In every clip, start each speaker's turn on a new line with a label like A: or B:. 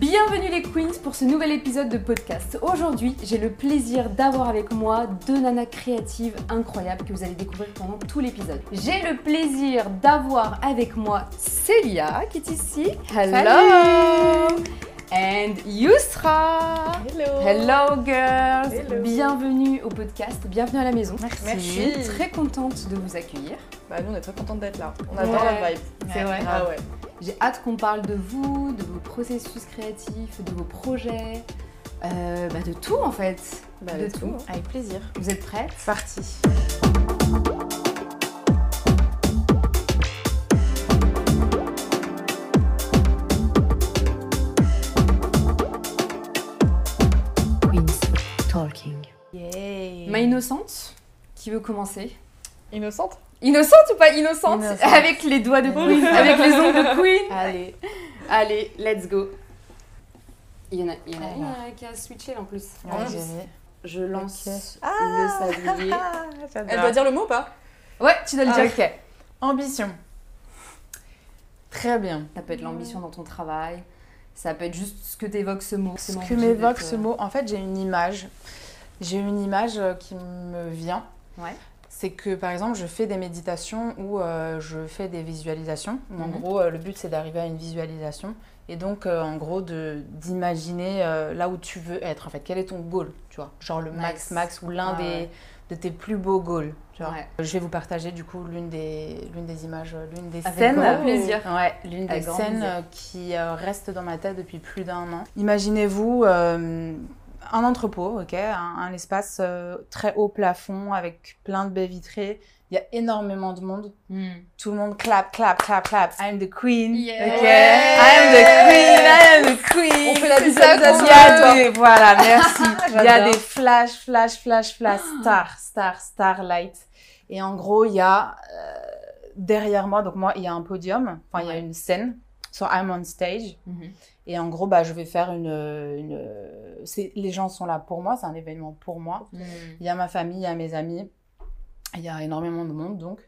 A: Bienvenue les Queens pour ce nouvel épisode de podcast. Aujourd'hui, j'ai le plaisir d'avoir avec moi deux nanas créatives incroyables que vous allez découvrir pendant tout l'épisode. J'ai le plaisir d'avoir avec moi Célia qui est ici. Hello! And Yusra!
B: Hello.
A: Hello girls!
B: Hello.
A: Bienvenue au podcast, bienvenue à la maison.
B: Merci.
A: Je suis très contente de vous accueillir.
B: Bah nous on est très contentes d'être là. On adore
A: Ouais.
B: la vibe.
A: C'est vrai.
B: Ah ouais.
A: J'ai hâte qu'on parle de vous, de vos processus créatifs, de vos projets, euh, bah, de tout en fait.
B: Bah,
A: de
B: let's
A: tout. Ah,
B: go.
C: Avec plaisir.
A: Vous êtes prêtes
B: Parti.
C: Queen's Talking.
B: Yay.
A: Ma innocente, qui veut commencer
B: Innocente.
A: Innocente ou pas innocente
C: Innocente.
A: Avec les doigts de Queen, avec les ongles de Queen. Allez, allez, let's go. Il y en a, il y en a une euh, qui a switché en plus.
B: Ouais,
A: En plus. Je lance le sablier.
C: Ah, j'adore.
B: Elle doit dire le mot ou pas
A: Ouais, tu dois le dire.
C: Ah, Ok. Ambition. Très bien.
A: Ça peut être l'ambition dans ton travail. Ça peut être juste ce que t'évoque ce mot. C'est
C: Ce
A: moins
C: que
A: obligé
C: m'évoque
A: d'être,
C: ce mot, en fait, j'ai une image. J'ai une image euh, qui me vient.
A: Ouais.
C: C'est que, par exemple, je fais des méditations ou euh, je fais des visualisations. où, En
A: Mhm.
C: gros, euh, le but, c'est d'arriver à une visualisation. Et donc, euh, en gros, de- d'imaginer euh, là où tu veux être, en fait. Quel est ton goal, tu vois Genre le
A: Nice.
C: max-max ou l'un
A: Ouais,
C: des,
A: ouais.
C: de tes plus beaux goals, tu vois
A: Ouais.
C: Je vais vous partager du coup l'une des, l'une des images, euh, l'une des
A: Avec
C: scènes.
A: grand plaisir.
C: Ouais, l'une des
A: Avec grand
C: scènes
A: plaisir.
C: euh, qui euh, reste dans ma tête depuis plus d'un an. Imaginez-vous euh, un entrepôt, ok, un, un espace euh, très haut plafond avec plein de baies vitrées. Il y a énormément de monde.
A: Hmm.
C: Tout le monde clap, clap, clap, clap. I'm the queen.
A: Yeah.
C: Ok. I'm the queen. I am the queen.
B: On fait la
C: C'est
B: visualisation.
C: ça qu'on veut. Voilà, merci. Il y a
B: J'adore.
C: des flash, flash, flash, flash, star, star, starlight. Et en gros, il y a euh, derrière moi, donc moi, il y a un podium. Enfin, il y a
A: Ouais.
C: une scène. So I'm on stage.
A: Mhm.
C: Et en gros, bah, je vais faire une. une c'est- les gens sont là pour moi. C'est un événement pour moi.
A: Hmm.
C: Il y a ma famille, il y a mes amis, il y a énormément de monde donc.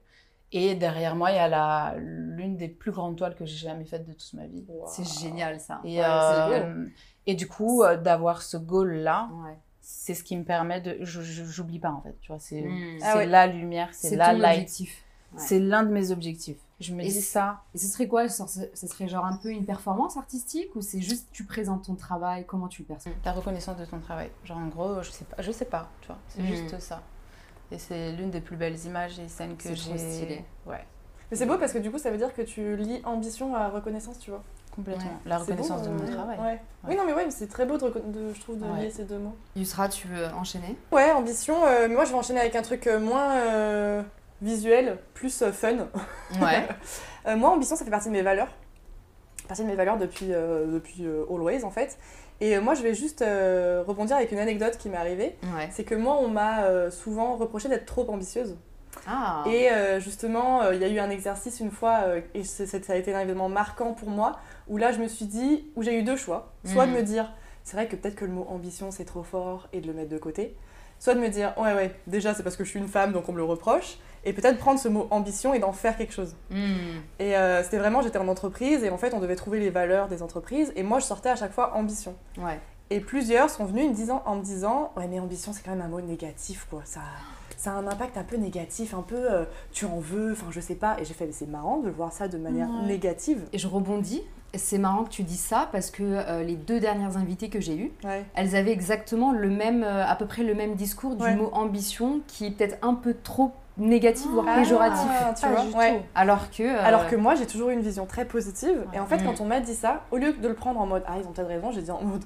C: Et derrière moi, il y a la- l'une des plus grandes toiles que j'ai jamais faites de toute ma vie.
A: C'est génial ça.
C: Et,
A: Ouais,
C: euh,
A: c'est génial.
C: et du coup, euh, d'avoir ce goal-là,
A: Ouais.
C: c'est ce qui me permet de. je- je- J'oublie pas en fait, tu vois. C'est
A: Mm.
C: c'est
B: Ah ouais.
C: la lumière, c'est
A: C'est
C: la
A: ton
C: light.
A: objectif. ouais.
C: C'est l'un de mes objectifs. Je me
A: Et
C: dis
A: c'est-
C: ça.
A: Et ce serait quoi genre, Ce ce serait genre un peu une performance artistique ou c'est juste tu présentes ton travail, comment tu le perçois
C: La reconnaissance de ton travail. Genre en gros, je sais pas, je sais pas, tu vois. C'est
A: Mm.
C: juste ça. Et c'est l'une des plus belles images et scènes que
A: C'est trop
C: j'ai.
A: stylé.
C: Ouais.
B: Mais c'est beau parce que du coup ça veut dire que tu lis ambition à reconnaissance, tu vois.
C: Complètement.
A: Ouais.
C: La
B: C'est beau,
C: reconnaissance de
B: euh,
C: mon travail.
B: Ouais. Oui non mais ouais, mais c'est très beau de, recon- de- je trouve de
C: Ouais.
B: lier ces deux mots.
A: Yusra, tu veux enchaîner
B: Ouais, ambition. euh, mais moi je vais enchaîner avec un truc euh, moins euh, visuel, plus euh, fun.
A: Ouais.
B: Euh, moi, ambition, ça fait partie de mes valeurs. Partie de mes valeurs depuis, euh, depuis euh, always, en fait. Et euh, moi, je vais juste euh, rebondir avec une anecdote qui m'est arrivée.
A: ouais.
B: C'est que moi, on m'a euh, souvent reproché d'être trop ambitieuse.
A: Ah
B: Et euh, justement, euh, il y a eu un exercice une fois, euh, et c'est- c'est- ça a été un événement marquant pour moi, où là, je me suis dit, où j'ai eu deux choix. Soit
A: Mhm.
B: de me dire, c'est vrai que peut-être que le mot ambition, c'est trop fort, et de le mettre de côté. Soit de me dire, ouais, ouais, déjà, c'est parce que je suis une femme, donc on me le reproche. Et peut-être prendre ce mot ambition et d'en faire quelque chose.
A: Hmm.
B: Et euh, c'était vraiment, j'étais en entreprise et en fait, on devait trouver les valeurs des entreprises. Et moi, je sortais à chaque fois ambition.
A: Ouais.
B: Et plusieurs sont venus me disant, en me disant Ouais, mais ambition, c'est quand même un mot négatif, quoi. Ça, ça a un impact un peu négatif, un peu euh, tu en veux, enfin, je sais pas. Et j'ai fait Mais c'est marrant de voir ça de manière
C: Ouais.
B: négative.
A: Et je rebondis. C'est marrant que tu dis ça parce que euh, les deux dernières invitées que j'ai eues,
B: Ouais.
A: elles avaient exactement le même, euh, à peu près le même discours du
B: Ouais.
A: mot ambition qui est peut-être un peu trop négatif, voire péjoratif.
B: tu
C: Pas
B: vois.
C: du
B: ouais.
C: tout.
A: Alors que. euh,
B: Alors que moi, j'ai toujours eu une vision très positive. Et en fait,
A: Mm.
B: quand on m'a dit ça, au lieu de le prendre en mode Ah, ils ont peut-être raison, j'ai dit en mode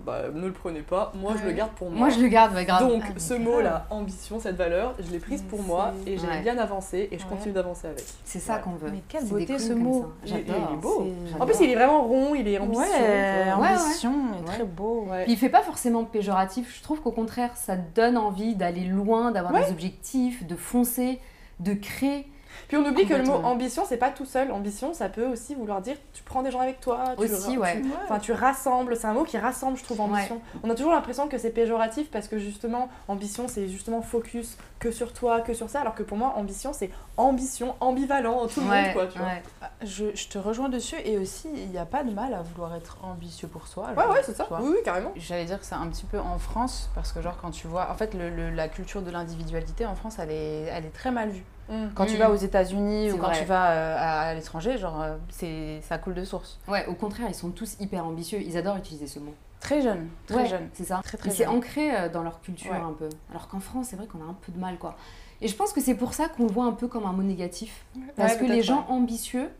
B: Bah, ne le prenez pas, moi, je le
C: Ouais.
B: garde pour moi.
A: Moi, je le garde, ouais, grave.
B: Donc ce mot-là, ambition, cette valeur, je l'ai prise
C: Mais
B: pour moi
C: c'est-
B: et j'ai
A: Ouais.
B: bien avancé et je
C: Ouais.
B: continue d'avancer avec.
A: C'est ça
B: Ouais.
A: qu'on veut.
C: Mais quelle
A: C'est des
C: beauté,
A: queens
C: ce
A: comme
C: mot.
A: ça.
B: Il est-
A: J'adore.
B: il est beau.
A: C'est-
B: En plus, il est vraiment rond, il est ambitieux.
C: Ouais,
B: tu vois.
A: ouais.
C: ambition, est
B: Ouais.
C: très beau.
B: Ouais.
A: Puis il fait pas forcément péjoratif, je trouve qu'au contraire, ça donne envie d'aller loin, d'avoir des objectifs, de foncer, de créer.
B: Puis on oublie que le mot
A: Complètement.
B: ambition, c'est pas tout seul. Ambition, ça peut aussi vouloir dire tu prends des gens avec toi. tu-
A: Aussi,
B: tu-
A: ouais.
B: Enfin, tu rassembles, c'est un mot qui rassemble, je trouve, ambition. On a toujours l'impression que c'est péjoratif parce que justement, ambition, c'est justement focus que sur toi, que sur ça, alors que pour moi, ambition, c'est ambition, ambivalent, tout le monde,
A: Ouais,
B: quoi, tu vois.
A: ouais.
C: Je, je te rejoins dessus et aussi, il n'y a pas de mal à vouloir être ambitieux pour soi.
B: Ouais,
C: genre,
B: ouais, c'est ça.
C: tu vois.
B: Oui, oui, carrément.
C: J'allais dire que c'est un petit peu en France, parce que genre quand tu vois, en fait le- le- la culture de l'individualité en France, elle est, elle est très mal vue.
B: Mm.
C: Quand tu
A: Mm.
C: vas aux États-Unis
A: C'est
C: ou quand
A: vrai.
C: tu vas euh, à, à l'étranger, genre euh, c'est ça coule de source.
A: Ouais, au contraire, ils sont tous hyper ambitieux. Ils adorent utiliser ce mot.
C: Très jeune, très
A: Ouais,
C: jeune.
A: C'est ça.
C: Très, très
A: Mais C'est
C: jeune.
A: ancré euh, dans leur culture
B: Ouais.
A: un peu. Alors qu'en France, c'est vrai qu'on a un peu de mal, quoi. Et je pense que c'est pour ça qu'on le voit un peu comme un mot négatif. Parce que
B: peut-être,
A: les gens ambitieux,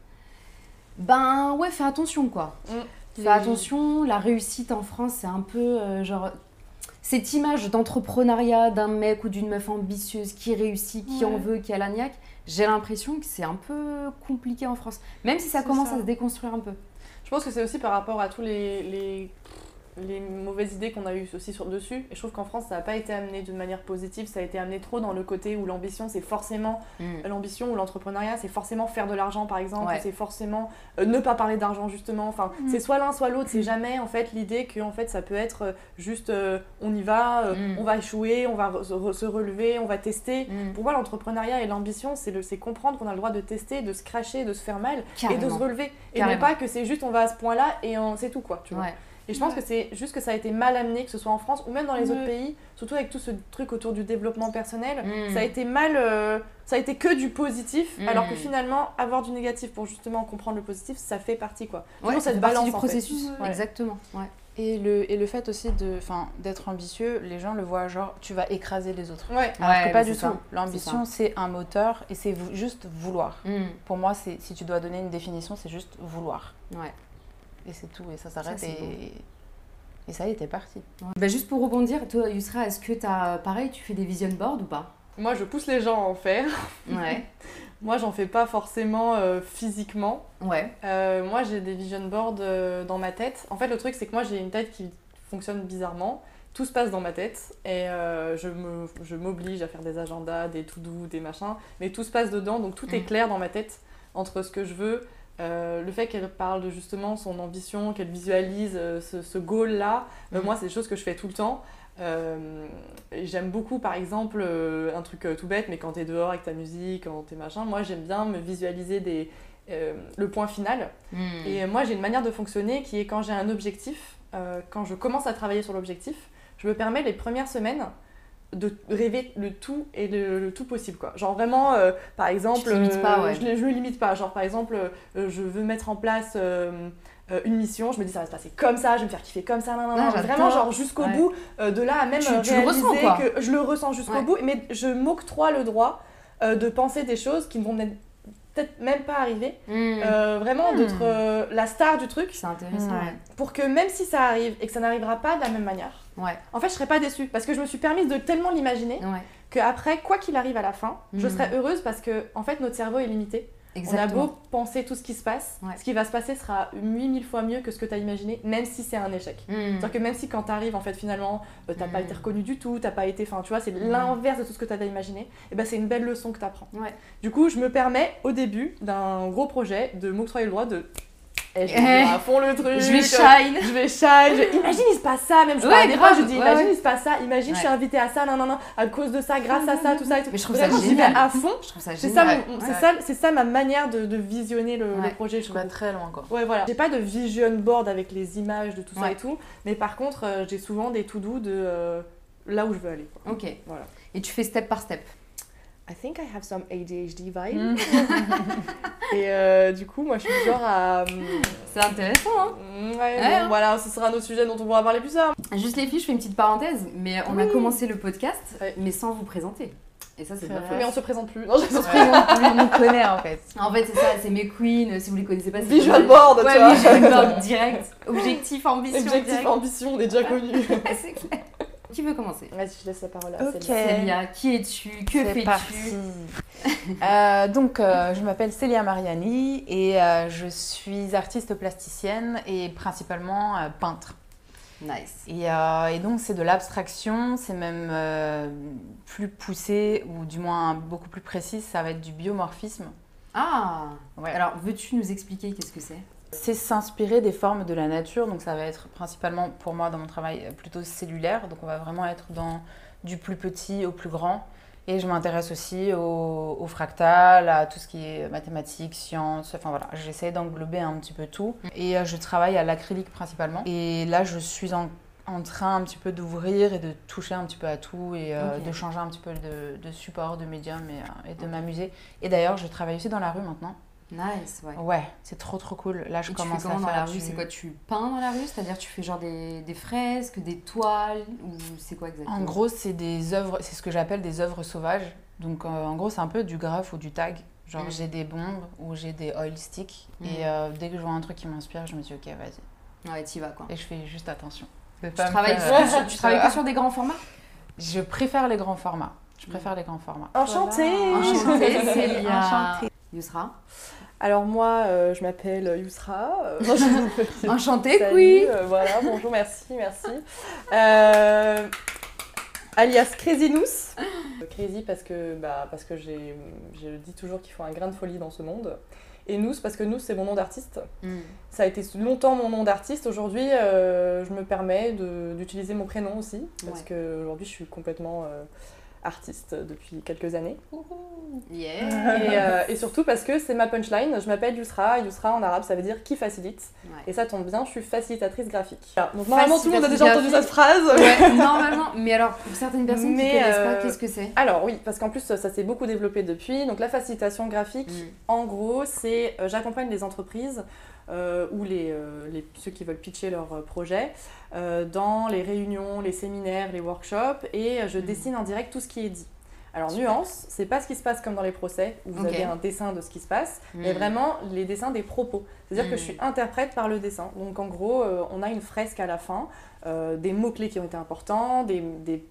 A: ben ouais, fais attention, quoi. Fais
C: Les-
A: attention, la réussite en France, c'est un peu euh, genre. Cette image d'entrepreneuriat d'un mec ou d'une meuf ambitieuse qui réussit, qui en
B: Ouais.
A: veut, qui a la niaque, j'ai l'impression que c'est un peu compliqué en France. Même si ça
B: C'est
A: commence
B: ça.
A: à se déconstruire un peu.
B: Je pense que c'est aussi par rapport à tous les, les, les mauvaises idées qu'on a eues aussi sur dessus. Et je trouve qu'en France, ça n'a pas été amené d'une manière positive. Ça a été amené trop dans le côté où l'ambition, c'est forcément l'ambition ou l'entrepreneuriat, c'est forcément faire de l'argent, par exemple.
A: Ouais. Mhm.
B: ou C'est forcément euh, ne pas parler d'argent justement. Enfin,
C: Mm.
B: c'est soit l'un, soit l'autre. C'est jamais en fait l'idée que en fait ça peut être euh, juste euh, on y va, euh,
A: Mm.
B: on va échouer, on va re- se re- se relever, on va tester.
A: Mm.
B: Pour moi, l'entrepreneuriat et l'ambition, c'est le- c'est comprendre qu'on a le droit de tester, de se cracher, de se faire mal et de se
A: Carrément.
B: relever. Et
A: Carrément.
B: non pas que c'est juste on va à ce point-là et on- c'est tout quoi. Tu vois.
A: Ouais.
B: Et je pense
C: Ouais.
B: que c'est juste que ça a été mal amené, que ce soit en France ou même dans les
C: Ouais.
B: autres pays, surtout avec tout ce truc autour du développement personnel.
A: Mm.
B: Ça a été mal, euh, ça a été que du positif,
A: Mm.
B: alors que finalement avoir du négatif pour justement comprendre le positif, ça fait partie quoi.
A: Ouais,
B: Toujours
A: ça
B: cette
A: fait partie
B: balance,
A: du
B: en
A: processus.
C: fait.
A: Ouais. Exactement. Ouais.
C: Et le, et le fait aussi de- enfin, d'être ambitieux, les gens le voient genre tu vas écraser les autres.
B: Ouais.
C: Alors
A: Ouais,
C: que pas
A: mais
C: du
A: c'est ça.
C: tout. L'ambition, c'est un moteur et c'est vou- juste vouloir.
A: Mm.
C: Pour moi, c'est si tu dois donner une définition, c'est juste vouloir.
A: Ouais.
C: Et c'est tout, et ça s'arrête.
A: c'est
C: Et... et ça y est, t'es parti.
A: Bah, juste pour rebondir, toi, Yusra, est-ce que t'as pareil, tu fais des vision boards ou pas
B: Moi, je pousse les gens à en faire.
A: Ouais.
B: Moi, j'en fais pas forcément euh, physiquement.
A: ouais.
B: Euh, moi, j'ai des vision boards euh, dans ma tête. En fait, le truc, c'est que moi, j'ai une tête qui fonctionne bizarrement. Tout se passe dans ma tête et euh, je me- je m'oblige à faire des agendas, des to-do, des machins, mais tout se passe dedans, donc tout est
A: Mm.
B: clair dans ma tête entre ce que je veux, euh, le fait qu'elle parle de justement son ambition, qu'elle visualise euh, ce, ce goal-là. Euh,
A: Mm.
B: moi, c'est des choses que je fais tout le temps. Euh, et j'aime beaucoup, par exemple, euh, un truc euh, tout bête, mais quand t'es dehors avec ta musique, quand t'es machin, moi, j'aime bien me visualiser des, euh, le point final.
A: Mm.
B: Et moi, j'ai une manière de fonctionner qui est quand j'ai un objectif, euh, quand je commence à travailler sur l'objectif, je me permets les premières semaines de rêver le tout et le, le tout possible quoi genre vraiment euh, par exemple euh,
A: Tu te limites pas, ouais.
B: je, le- je me limite pas genre par exemple euh, je veux mettre en place euh, euh, une mission je me dis ça va se passer comme ça je vais me faire kiffer comme ça nan, nan,
A: Ah,
B: nan.
A: j'adore.
B: vraiment genre jusqu'au
A: Ouais.
B: bout euh, de là à même
A: Tu-
B: euh,
A: tu le
B: réaliser
A: ressens, quoi.
B: que je le ressens jusqu'au
A: Ouais.
B: bout mais je m'octroie le droit euh, de penser des choses qui ne vont même- peut-être même pas arriver
A: Mm.
B: euh, vraiment
C: Hmm.
B: d'être euh, la star du truc
A: C'est intéressant.
C: Ouais.
A: ouais.
B: pour que même si ça arrive et que ça n'arrivera pas de la même manière,
A: Ouais.
B: en fait je serais pas déçue parce que je me suis permise de tellement l'imaginer
A: Ouais.
B: que après quoi qu'il arrive à la fin, je
A: Hmm.
B: serais heureuse parce que en fait notre cerveau est limité. On a
A: Exactement.
B: beau penser tout ce qui se passe,
A: Ouais.
B: ce qui va se passer sera 8000 fois mieux que ce que tu as imaginé même si c'est un échec.
A: Mm.
B: C'est-à-dire que même si quand t'arrives, en fait, finalement, euh, t'as pas
A: Mm.
B: été reconnu du tout, t'as pas été, enfin, tu vois, c'est
A: Mm.
B: l'inverse de tout ce que t'avais imaginé, et ben c'est une belle leçon que t'apprends.
A: Ouais.
B: Du coup, je me permets, au début d'un gros projet, de m'octroyer le droit de. Eh, je vais vivre à fond le truc.
A: Je vais shine.
B: Je vais shy, je- imagine il se passe ça, même je
A: Ouais,
B: parle à des
A: grave,
B: fois, je dis
A: ouais,
B: imagine
A: ouais.
B: il se passe ça, imagine je suis
A: Ouais. Mm,
B: invitée à ça, non, non, non, à cause de ça, grâce à ça, tout ça et tout.
A: Mais je trouve ça
B: Vraiment, j'y
A: génial.
B: vais à fond.
A: Je trouve ça
B: C'est ça,
A: génial.
B: mon-
A: Ouais.
B: c'est ça, c'est ça ma manière de, de visionner le, le
A: Ouais.
B: projet. Je
C: Tu
B: trouve.
C: vas très loin, quoi.
B: Ouais, voilà. J'ai pas de vision board avec les images de tout ça
A: Ouais.
B: et tout, mais par contre, euh, j'ai souvent des to do de euh, là où je veux aller. quoi.
A: Ok.
B: Voilà.
A: Et tu fais step par step.
B: I think I have some ADHD
A: Mm.
C: Mmh.
B: vibe. Et euh, du coup, moi, je suis du genre à. mm,
A: C'est intéressant.
B: Ouais, bon,
A: hein.
B: voilà, ce sera un autre sujet dont on pourra parler plus tard.
A: Juste les filles, je fais une petite parenthèse, mais on a commencé le podcast,
B: Ouais.
A: mais sans vous présenter. Et ça, c'est
C: C'est
A: pas
C: vrai.
A: faux.
B: Mais on se présente plus. Non, je
C: On nous connaît en fait.
A: En fait, c'est ça, c'est mes queens. Si vous les connaissez pas, c'est
B: Visual board, tu
A: Ouais,
B: vois.
A: visual board direct. Objectif, ambition.
B: Objectif,
A: direct.
B: ambition, on est déjà connus.
A: c'est clair. Qui veut commencer
B: Vas-y, je laisse la parole à
C: Ok.
B: Céline.
A: Célia, qui es-tu Que
C: C'est
A: fais-tu
C: parti. Euh, donc, euh, je m'appelle Célia Mariani et euh, je suis artiste plasticienne et principalement euh, peintre.
A: Nice.
C: Et, euh, et donc c'est de l'abstraction, c'est même euh, plus poussé ou du moins beaucoup plus précis, ça va être du biomorphisme.
A: Ah
C: Ouais.
A: Alors, veux-tu nous expliquer qu'est-ce que c'est
C: C'est s'inspirer des formes de la nature, donc ça va être principalement pour moi dans mon travail euh, plutôt cellulaire, donc on va vraiment être dans du plus petit au plus grand. Et je m'intéresse aussi au, au fractal, à tout ce qui est mathématiques, sciences, enfin voilà, j'essaie d'englober un petit peu tout. Et euh, je travaille à l'acrylique principalement. Et là, je suis en, en train un petit peu d'ouvrir et de toucher un petit peu à tout et euh,
A: Ok.
C: de changer un petit peu de, de support, de médium et, euh, et de m'amuser. Et d'ailleurs, je travaille aussi dans la rue maintenant.
A: Nice, ouais.
C: Ouais, c'est trop trop cool. Là, je
A: Et tu fais
C: commence à
A: comment
C: faire
A: dans la
C: du-
A: rue C'est quoi Tu peins dans la rue C'est-à-dire tu fais genre des, des fresques, des toiles Ou c'est quoi exactement
C: En gros, c'est des œuvres, c'est ce que j'appelle des œuvres sauvages. Donc, euh, en gros, c'est un peu du graphe ou du tag. Genre,
A: Mm.
C: j'ai des bombes ou j'ai des oil sticks.
A: Mm.
C: Et euh, dès que je vois un truc qui m'inspire, je me dis, ok, vas-y.
A: Ouais, t'y vas quoi.
C: Et je fais juste attention.
A: Tu travailles, que sur- tu travailles que sur des grands formats
C: euh, Je préfère les grands formats. Je
A: Mm.
C: préfère les grands formats.
B: Enchantée
A: Enchantée, Célia.
C: Enchantée.
A: Yusra.
B: Alors moi, euh, je m'appelle Yousra. euh, Salut,
A: Enchantée, Eh oui
B: euh, voilà, bonjour, merci, merci. Euh, alias Crazy Nous. Crazy parce que, bah, parce que j'ai, je dis toujours qu'il faut un grain de folie dans ce monde. Et Nous parce que Nous, c'est mon nom d'artiste.
A: Mm.
B: Ça a été longtemps mon nom d'artiste. Aujourd'hui, euh, je me permets de- d'utiliser mon prénom aussi. Parce
A: Ouais.
B: que aujourd'hui, je suis complètement euh, artiste depuis quelques années.
A: Yeah
B: Et, euh, et surtout parce que c'est ma punchline, je m'appelle Yusra, et Yusra en arabe ça veut dire qui facilite.
A: Ouais.
B: Et ça tombe bien, je suis facilitatrice graphique. Alors, donc normalement tout le monde a
A: Ah, Facilitatrice
B: déjà entendu cette phrase.
A: Ouais, normalement, mais alors pour certaines personnes qui
B: Mais,
A: connaissent pas,
B: euh,
A: qu'est-ce que c'est
B: Alors oui, parce qu'en plus ça s'est beaucoup développé depuis. Donc la facilitation graphique,
A: Mm.
B: en gros, c'est euh, j'accompagne les entreprises euh, ou les, euh, les- ceux qui veulent pitcher leur euh, projet euh, dans les réunions, les séminaires, les workshops et euh, je
A: Mhm.
B: dessine en direct tout ce qui est dit. Alors
A: Super.
B: nuance, c'est pas ce qui se passe comme dans les procès où vous
A: Ok.
B: avez un dessin de ce qui se passe.
A: Mm.
B: mais vraiment les dessins des propos. C'est-à-dire
A: Mm.
B: que je suis interprète par le dessin. Donc en gros, euh, on a une fresque à la fin, euh, des mots-clés qui ont été importants, des, des,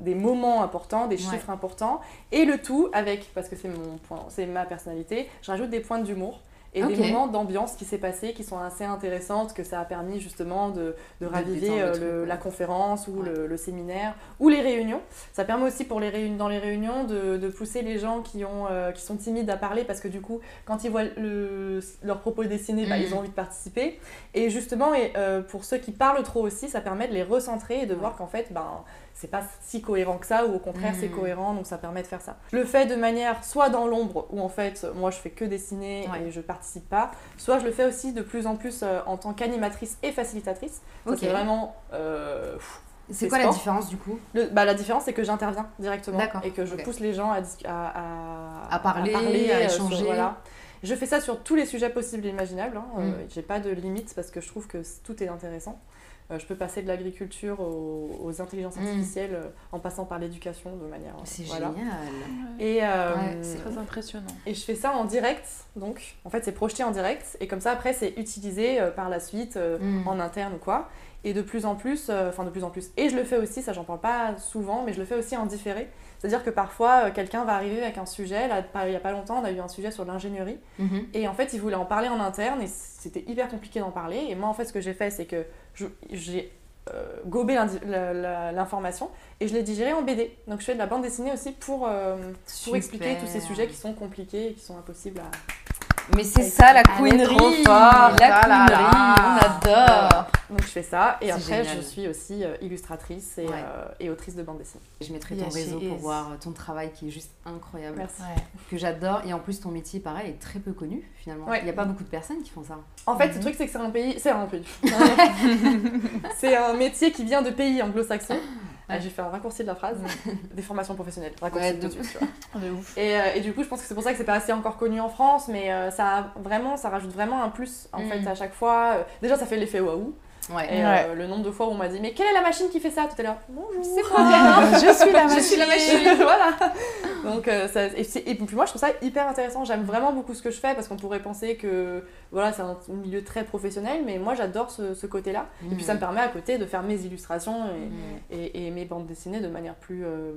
B: des moments importants, des
A: Ouais.
B: chiffres importants, et le tout avec, parce que c'est mon point, c'est ma personnalité, je rajoute des points d'humour. Et
A: Ok.
B: des moments d'ambiance qui s'est passé, qui sont assez intéressantes, que ça a permis justement de, de
A: De
B: raviver
A: détendre le
B: euh,
A: truc,
B: le-
A: ouais.
B: la conférence ou
A: Ouais.
B: le, le séminaire ou les réunions. Ça permet aussi pour les réunions, dans les réunions de, de pousser les gens qui, ont, euh, qui sont timides à parler parce que du coup, quand ils voient le, leurs propos dessinés, bah,
A: Mhm.
B: ils ont envie de participer. Et justement, et, euh, pour ceux qui parlent trop aussi, ça permet de les recentrer et de voir qu'en fait, ben, c'est pas si cohérent que ça ou au contraire, c'est
A: Mhm.
B: cohérent, donc ça permet de faire ça. Je le fais de manière soit dans l'ombre où en fait, moi je fais que dessiner
A: Ouais.
B: et je participe pas, soit je le fais aussi de plus en plus euh, en tant qu'animatrice et facilitatrice. Ça,
A: Ok.
B: C'est vraiment euh, pff,
A: C'est
B: les
A: quoi la
B: sports.
A: différence du coup
B: le- bah, la différence, c'est que j'interviens directement
A: D'accord,
B: et que je
A: ok.
B: pousse les gens à, dis- à,
A: À parler, à
B: euh,
A: échanger.
B: sur- voilà. Je fais ça sur tous les sujets possibles et imaginables. hein, euh,
A: Mm.
B: J'ai pas de limite parce que je trouve que c- tout est intéressant. Euh, je peux passer de l'agriculture aux, aux intelligences
A: Mm.
B: artificielles euh, en passant par l'éducation de manière. euh,
A: C'est
B: voilà.
A: génial.
B: Et, euh,
A: Ouais, c'est
C: Très impressionnant.
B: et je fais ça en direct. Donc, en fait, c'est projeté en direct. Et comme ça, après, c'est utilisé euh, par la suite euh,
A: Mm.
B: en interne ou quoi. Et de plus en plus, euh, enfin de plus en plus, et je le fais aussi, ça j'en parle pas souvent, mais je le fais aussi en différé. C'est-à-dire que parfois, euh, quelqu'un va arriver avec un sujet, là, par- il y a pas longtemps, on a eu un sujet sur l'ingénierie,
A: Mhm.
B: et en fait, il voulait en parler en interne, et c'était hyper compliqué d'en parler. Et moi, en fait, ce que j'ai fait, c'est que je- j'ai euh, gobé l'indi- la- la- l'information, et je l'ai digérée en BD. Donc je fais de la bande dessinée aussi pour, euh, pour
A: Super.
B: expliquer tous ces sujets qui sont compliqués et qui sont impossibles à...
A: Mais c'est ça la
C: Elle est
A: queenerie
C: trop forte,
A: La
C: ah là là.
A: queenerie, on adore
B: Donc je fais ça, et
A: C'est
B: après,
A: génial.
B: je suis aussi euh, illustratrice et,
A: Ouais.
B: euh, et autrice de bande dessinée.
A: Je mettrai ton
C: Yes, she
A: réseau pour
C: is.
A: voir euh, ton travail qui est juste incroyable,
B: Merci.
A: que j'adore. Et en plus, ton métier, pareil, est très peu connu finalement. Il
B: Ouais.
A: n'y a pas beaucoup de personnes qui font ça.
B: En fait,
C: Mhm.
B: le truc, c'est que c'est un pays. C'est un pays. c'est un métier qui vient de pays anglo-saxons. Ah, J'ai fait un raccourci de la phrase. Des formations professionnelles. Raccourci
A: Ouais,
B: de
A: de-
B: dessus, tu vois.
C: De ouf.
B: Et, euh, et du coup, je pense que c'est pour ça que c'est pas assez encore connu en France, mais euh, ça a vraiment, ça rajoute vraiment un plus en
A: Mhm.
B: fait à chaque fois. Euh, Déjà, ça fait l'effet waouh.
A: Ouais.
B: Et
C: Ouais.
B: euh, le nombre de fois où on m'a dit, mais quelle est la machine qui fait ça tout à l'heure Bonjour.
A: C'est
C: je suis la
A: Je suis la machine.
B: voilà. Donc euh, ça- et, c'est- et puis moi je trouve ça hyper intéressant. J'aime vraiment beaucoup ce que je fais parce qu'on pourrait penser que voilà c'est un milieu très professionnel, mais moi j'adore ce, ce côté-là. Et
C: Mm.
B: puis ça me
A: Mm.
B: permet à côté de faire mes illustrations et, et- et mes bandes dessinées de manière plus euh,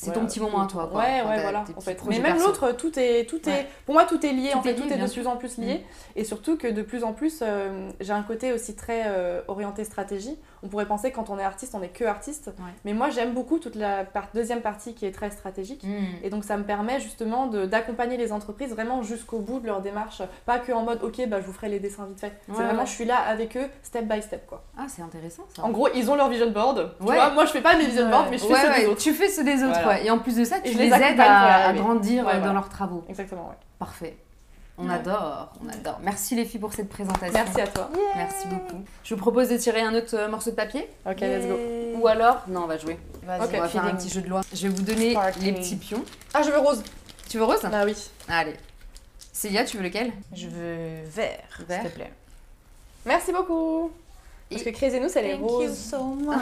A: C'est ton petit moment à toi. Quoi.
B: Ouais,
A: Enfin,
B: ouais,
A: t'as
B: voilà.
A: tes
B: En
A: petits
B: fait. Mais
A: projets
B: même
A: perso.
B: l'autre, tout est, tout est,
A: Ouais.
B: pour moi, tout est lié.
A: Tout
B: en fait,
A: est
B: tout
A: lié,
B: est de
A: bien Mm.
B: plus en plus lié. Et surtout que de plus en plus, euh, j'ai un côté aussi très euh, orienté stratégie. On pourrait penser que quand on est artiste, on est que artiste.
A: Ouais.
B: Mais moi, j'aime beaucoup toute la par- deuxième partie qui est très stratégique.
A: Mm.
B: Et donc ça me permet justement de- d'accompagner les entreprises vraiment jusqu'au bout de leur démarche, pas que en mode ok bah je vous ferai les dessins vite fait.
A: Ouais,
B: c'est vraiment
A: ouais.
B: je suis là avec eux step by step quoi.
A: Ah, c'est intéressant ça.
B: En gros ils ont leur vision board. Tu
A: Ouais.
B: vois, moi je fais pas mes vision
C: Ouais.
B: boards mais je fais
A: Ouais,
B: ceux des
A: ouais,
B: autres.
A: tu fais ceux des autres,
B: Voilà.
A: ouais. Et en plus de ça, tu
B: Et je
A: les,
B: les
A: aides
B: accompagne
A: à,
B: pour
A: à
B: arriver.
A: grandir
B: Ouais,
A: euh, dans
B: voilà.
A: leurs travaux.
B: Exactement. ouais.
A: Parfait. On
B: Ouais.
A: adore, on adore. Merci les filles pour cette présentation.
B: Merci à toi.
A: Merci beaucoup. Je vous propose de tirer un autre euh, morceau de papier.
B: Ok let's go.
A: Ou alors, non, on va jouer.
C: Vas-y,
B: Ok,
A: on va faire un
C: feeling.
A: petit jeu de loi. Je vais vous donner
C: Party.
A: les petits pions.
B: Ah je veux rose.
A: Tu veux rose
B: Ah oui.
A: Allez. Célia, tu veux lequel
C: Je veux vert,
A: Vert.
C: s'il te plaît.
B: Merci beaucoup. Parce
A: Et-
B: que Crézenous elle est rose.
C: so much.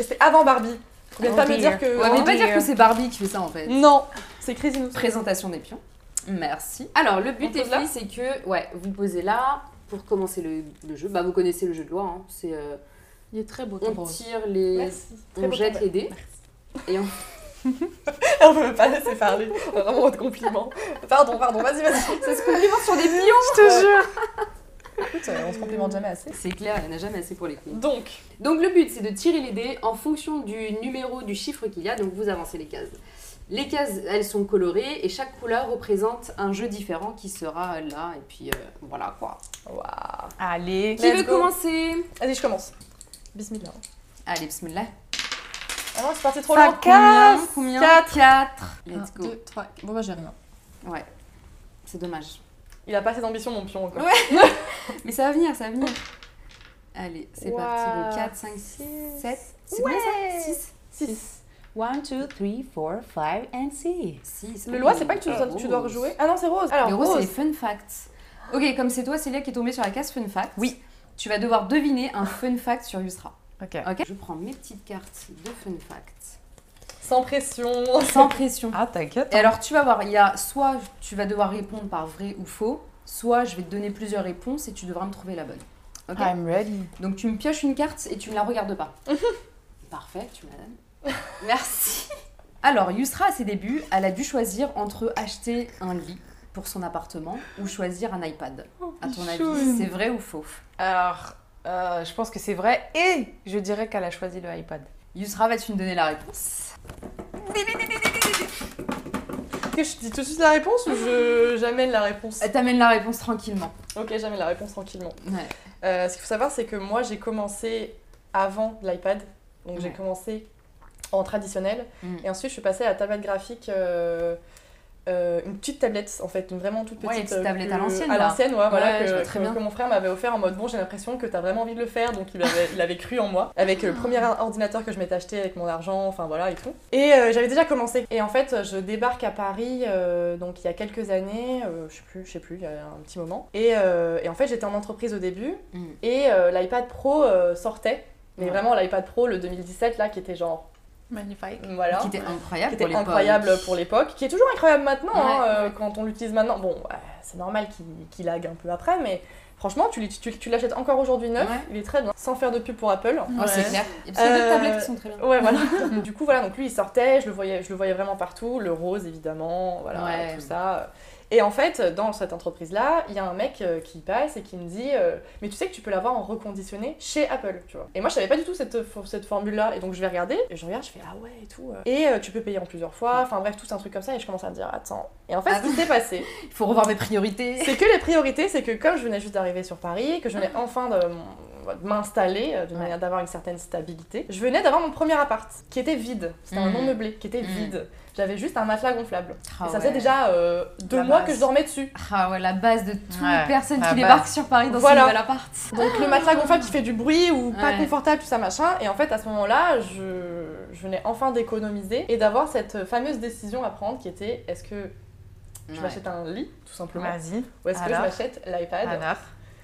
B: Et c'est avant Barbie. Faut bien
C: Oh
B: pas me
C: dear.
B: Euh, dire que. euh,
A: Ouais, mais
C: Oh
A: pas
C: dear.
A: dire que c'est Barbie qui fait ça en fait.
B: Non c'est Crézenous.
A: Présentation des pions. Merci. Alors, le but,
B: On
A: les
B: pose là
A: filles, c'est que ouais, vous posez là pour commencer le, le jeu. Bah, vous connaissez le jeu de loi. hein. C'est, euh,
C: Il est très beau ton
A: on
C: rose.
A: tire les.
B: Merci. Très
A: on
B: beau
A: jette
B: combat.
A: les dés. Et on...
B: On peut pas laisser parler. Vraiment votre compliment. Pardon pardon vas-y vas-y.
A: Ça se complimente sur des pions
C: Je te jure. Écoute, euh, on se complimente jamais assez.
A: C'est clair, il n'y en a jamais assez pour les coups.
B: Donc,
A: Donc, le but, c'est de tirer les dés en fonction du numéro, du chiffre qu'il y a. Donc, vous avancez les cases. Les cases, elles sont colorées et chaque couleur représente un jeu différent qui sera là. Et puis, euh, voilà quoi.
B: waouh.
C: Allez.
A: Qui
B: Let's
A: veut
B: go.
A: commencer
B: Allez, je commence. Bismillah.
A: Allez, bismillah.
B: Ah non, c'est parti trop
C: Ça
B: loin.
C: casse.
A: Combien
C: Quatre.
A: 4 Let's
B: Un,
A: go.
B: deux, trois. Bon, bah, j'ai rien.
A: Ouais. C'est dommage.
B: Il a pas assez d'ambition, mon pion. Quoi.
A: Ouais, Mais ça va venir, ça va venir. Allez, c'est parti.
B: Waouh.
A: Donc 4, 5, 6,
B: Six.
A: 7. C'est combien ça 6
B: Six.
D: 1, 2, 3, 4, 5 and 6.
A: 6.
B: Le loi, c'est pas que tu dois, tu dois rejouer. Ah non, c'est rose. Alors,
A: Oh. Le rose, c'est les
B: rose.
A: fun facts. Ok, comme c'est toi, Célia, qui est tombée sur la case fun fact.
C: Oui.
A: Tu vas devoir deviner un fun fact sur Yusra.
C: Ok.
A: Ok Je prends mes petites cartes de fun facts.
B: Sans pression.
A: Sans pression.
C: Ah, t'inquiète.
A: Et alors, tu vas voir, il y a soit tu vas devoir répondre par vrai ou faux, soit je vais te donner plusieurs réponses et tu devras me trouver la bonne. Ok
C: I'm ready.
A: Donc tu me pioches une carte et tu me la regardes pas. Parfait, tu me la donnes. Merci. Alors, Yusra, à ses débuts, elle a dû choisir entre acheter un lit pour son appartement ou choisir un iPad. À ton avis, Oh, c'est vrai ou faux
C: Alors, euh, je pense que c'est vrai et je dirais qu'elle a choisi le iPad.
A: Yusra, vas-tu me donner la réponse
B: Que je dis tout de suite la réponse ou je j'amène la réponse
A: Elle t'amène la réponse tranquillement.
B: Ok, j'amène la réponse tranquillement.
A: Ouais.
B: Euh, ce qu'il faut savoir, c'est que moi, j'ai commencé avant l'iPad. Donc, j'ai
A: Ouais.
B: commencé en traditionnel.
A: Mm.
B: Et ensuite, je suis passée à la tablette graphique. euh, euh, une petite tablette en fait, une vraiment toute petite,
A: Ouais, une petite
B: euh,
A: tablette
B: que-
A: à l'ancienne,
B: À
A: là.
B: l'ancienne, ouais, voilà,
A: Ouais, je vois
B: que,
A: très
B: que-
A: bien.
B: que mon frère m'avait offert en mode bon, j'ai l'impression que t'as vraiment envie de le faire, donc il avait, il avait cru en moi. Avec
A: Ah.
B: le premier ordinateur que je m'étais acheté avec mon argent, enfin voilà et tout. Et euh, j'avais déjà commencé. Et en fait, je débarque à Paris, euh, donc il y a quelques années, euh, je sais plus, je sais plus, il y a un petit moment. Et, euh, et en fait, j'étais en entreprise au début,
A: Mm.
B: et euh, l'iPad Pro euh, sortait. Mais
A: Ouais.
B: vraiment, l'iPad Pro, le 2017, là, qui était genre, mm,
C: Magnifique.
B: voilà
A: Qui était incroyable
B: qui était
A: pour l'époque.
B: incroyable pour l'époque, qui est toujours incroyable maintenant,
A: Ouais,
B: hein, euh,
A: ouais.
B: quand on l'utilise maintenant. Bon, ouais, c'est normal qu'il qu'il lague un peu après, mais franchement, tu, l'ut- tu- tu l'achètes encore aujourd'hui neuf,
A: Ouais.
B: il est très bien, sans faire de pub pour Apple.
A: Oh, c'est
C: Ouais.
A: clair. Et puis, il y a d'autres
B: Euh,
A: tablettes qui sont très bien.
B: Ouais, voilà. du coup, voilà, donc lui, il sortait, je le voyais, je le voyais vraiment partout, le rose, évidemment, voilà,
A: Ouais.
B: tout ça. Et en fait, dans cette entreprise-là, il y a un mec euh, qui passe et qui me dit euh, Mais tu sais que tu peux l'avoir en reconditionné chez Apple, tu vois. Et moi, je savais pas du tout cette, fo- cette formule-là. Et donc, je vais regarder, et je regarde, je fais Ah ouais, et tout. euh. Et euh, tu peux payer en plusieurs fois, enfin bref, tout un truc comme ça. Et je commence à me dire Attends. Et en fait,
A: Ah
B: ce qui s'est passé,
A: Il faut revoir mes priorités.
B: c'est que les priorités, c'est que comme je venais juste d'arriver sur Paris, que je venais enfin de m- de m'installer, euh, de manière d'avoir une certaine stabilité, je venais d'avoir mon premier appart, qui était vide. C'était un
A: Mm.
B: non meublé, qui était
A: Mm.
B: vide. J'avais juste un matelas gonflable.
A: Ah
B: et ça
A: ouais.
B: faisait déjà euh, deux
C: La
B: mois que
C: base.
B: je dormais dessus.
A: Ah ouais, la base de toute
C: Ouais,
A: personne
C: la
A: qui
C: base.
A: débarque sur Paris dans
B: Voilà.
A: son nouvel appart.
B: Donc le matelas gonflable qui fait du bruit ou pas
A: Ouais.
B: confortable, tout ça machin. Et en fait, à ce moment-là, je, je venais enfin d'économiser et d'avoir cette fameuse décision à prendre qui était est-ce que je
A: Ouais.
B: m'achète un lit, tout simplement,
C: Vas-y.
B: ou est-ce que je
C: Alors
B: m'achète l'iPad
C: Alors,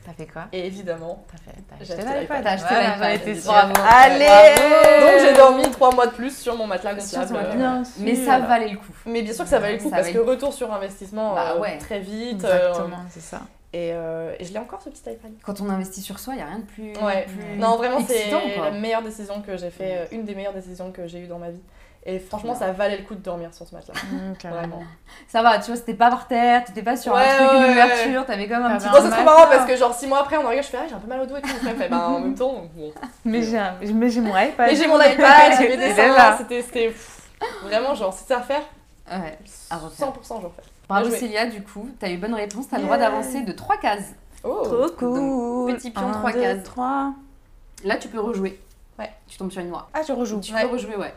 C: t'as fait quoi
B: Et évidemment,
C: T'as fait. T'as
B: J'ai
C: acheté
B: acheté
C: l'iPad.
A: T'as acheté
C: Voilà,
A: l'iPad.
C: j'en étais sûre.
A: Bravo.
C: Allez
A: Bravo.
B: Donc j'ai dormi trois mois de plus sur mon matelas
C: Euh, Sur
B: gonflable.
C: toi,
B: Euh,
C: bien
A: Mais
C: sûr.
A: ça valait le coup.
B: Mais bien sûr que ça valait le coup
A: Ça
B: parce
A: valait
B: que
A: le
B: retour sur investissement
A: Bah
B: euh,
A: ouais.
B: très vite. euh,
C: Exactement, c'est ça.
B: Et, euh, et je l'ai encore ce petit iPad.
A: Quand on investit sur soi, il n'y a rien de plus.
B: Ouais.
A: plus-
B: Non, vraiment, c'est
A: Euh, Excitant, quoi.
B: la meilleure décision que j'ai fait, euh, une des meilleures décisions que j'ai eues dans ma vie. Et franchement, ça valait le coup de dormir sur ce match-là.
C: Mm, Ah
B: Vraiment.
A: Ça va, tu vois, c'était pas par terre, t'étais pas sur
B: Ouais,
A: un truc,
B: ouais,
A: une
B: ouais.
A: ouverture, t'avais comme un
C: Ah
A: petit.
C: ben,
B: Bon, c'est
C: matin.
B: trop marrant parce que, genre, six mois après, on regarde, je fais, ah, j'ai un peu mal au dos et tout. Mon frère fait, bah, en même temps, bon.
C: Mais j'ai un- mais j'ai mon iPad.
B: Mais j'ai mon iPad, j'ai mes
C: Il est
B: dessins.
C: là.
B: C'était c'était- pff, vraiment, genre, c'était à faire.
A: Ouais. À refaire.
B: 100% je refais.
A: Bravo
B: Bien joué.
A: Célia, du coup, t'as eu bonne réponse, t'as le
C: Yeah.
A: droit d'avancer de 3 cases.
B: Oh
C: Trop cool.
A: petit pion,
C: Un,
A: trois
C: deux,
A: cases.
C: trois.
A: Là, tu peux rejouer.
B: Ouais.
A: Tu tombes sur une noire.
C: Ah, je rejoue.
A: Tu
B: Ouais.
A: peux rejouer, ouais.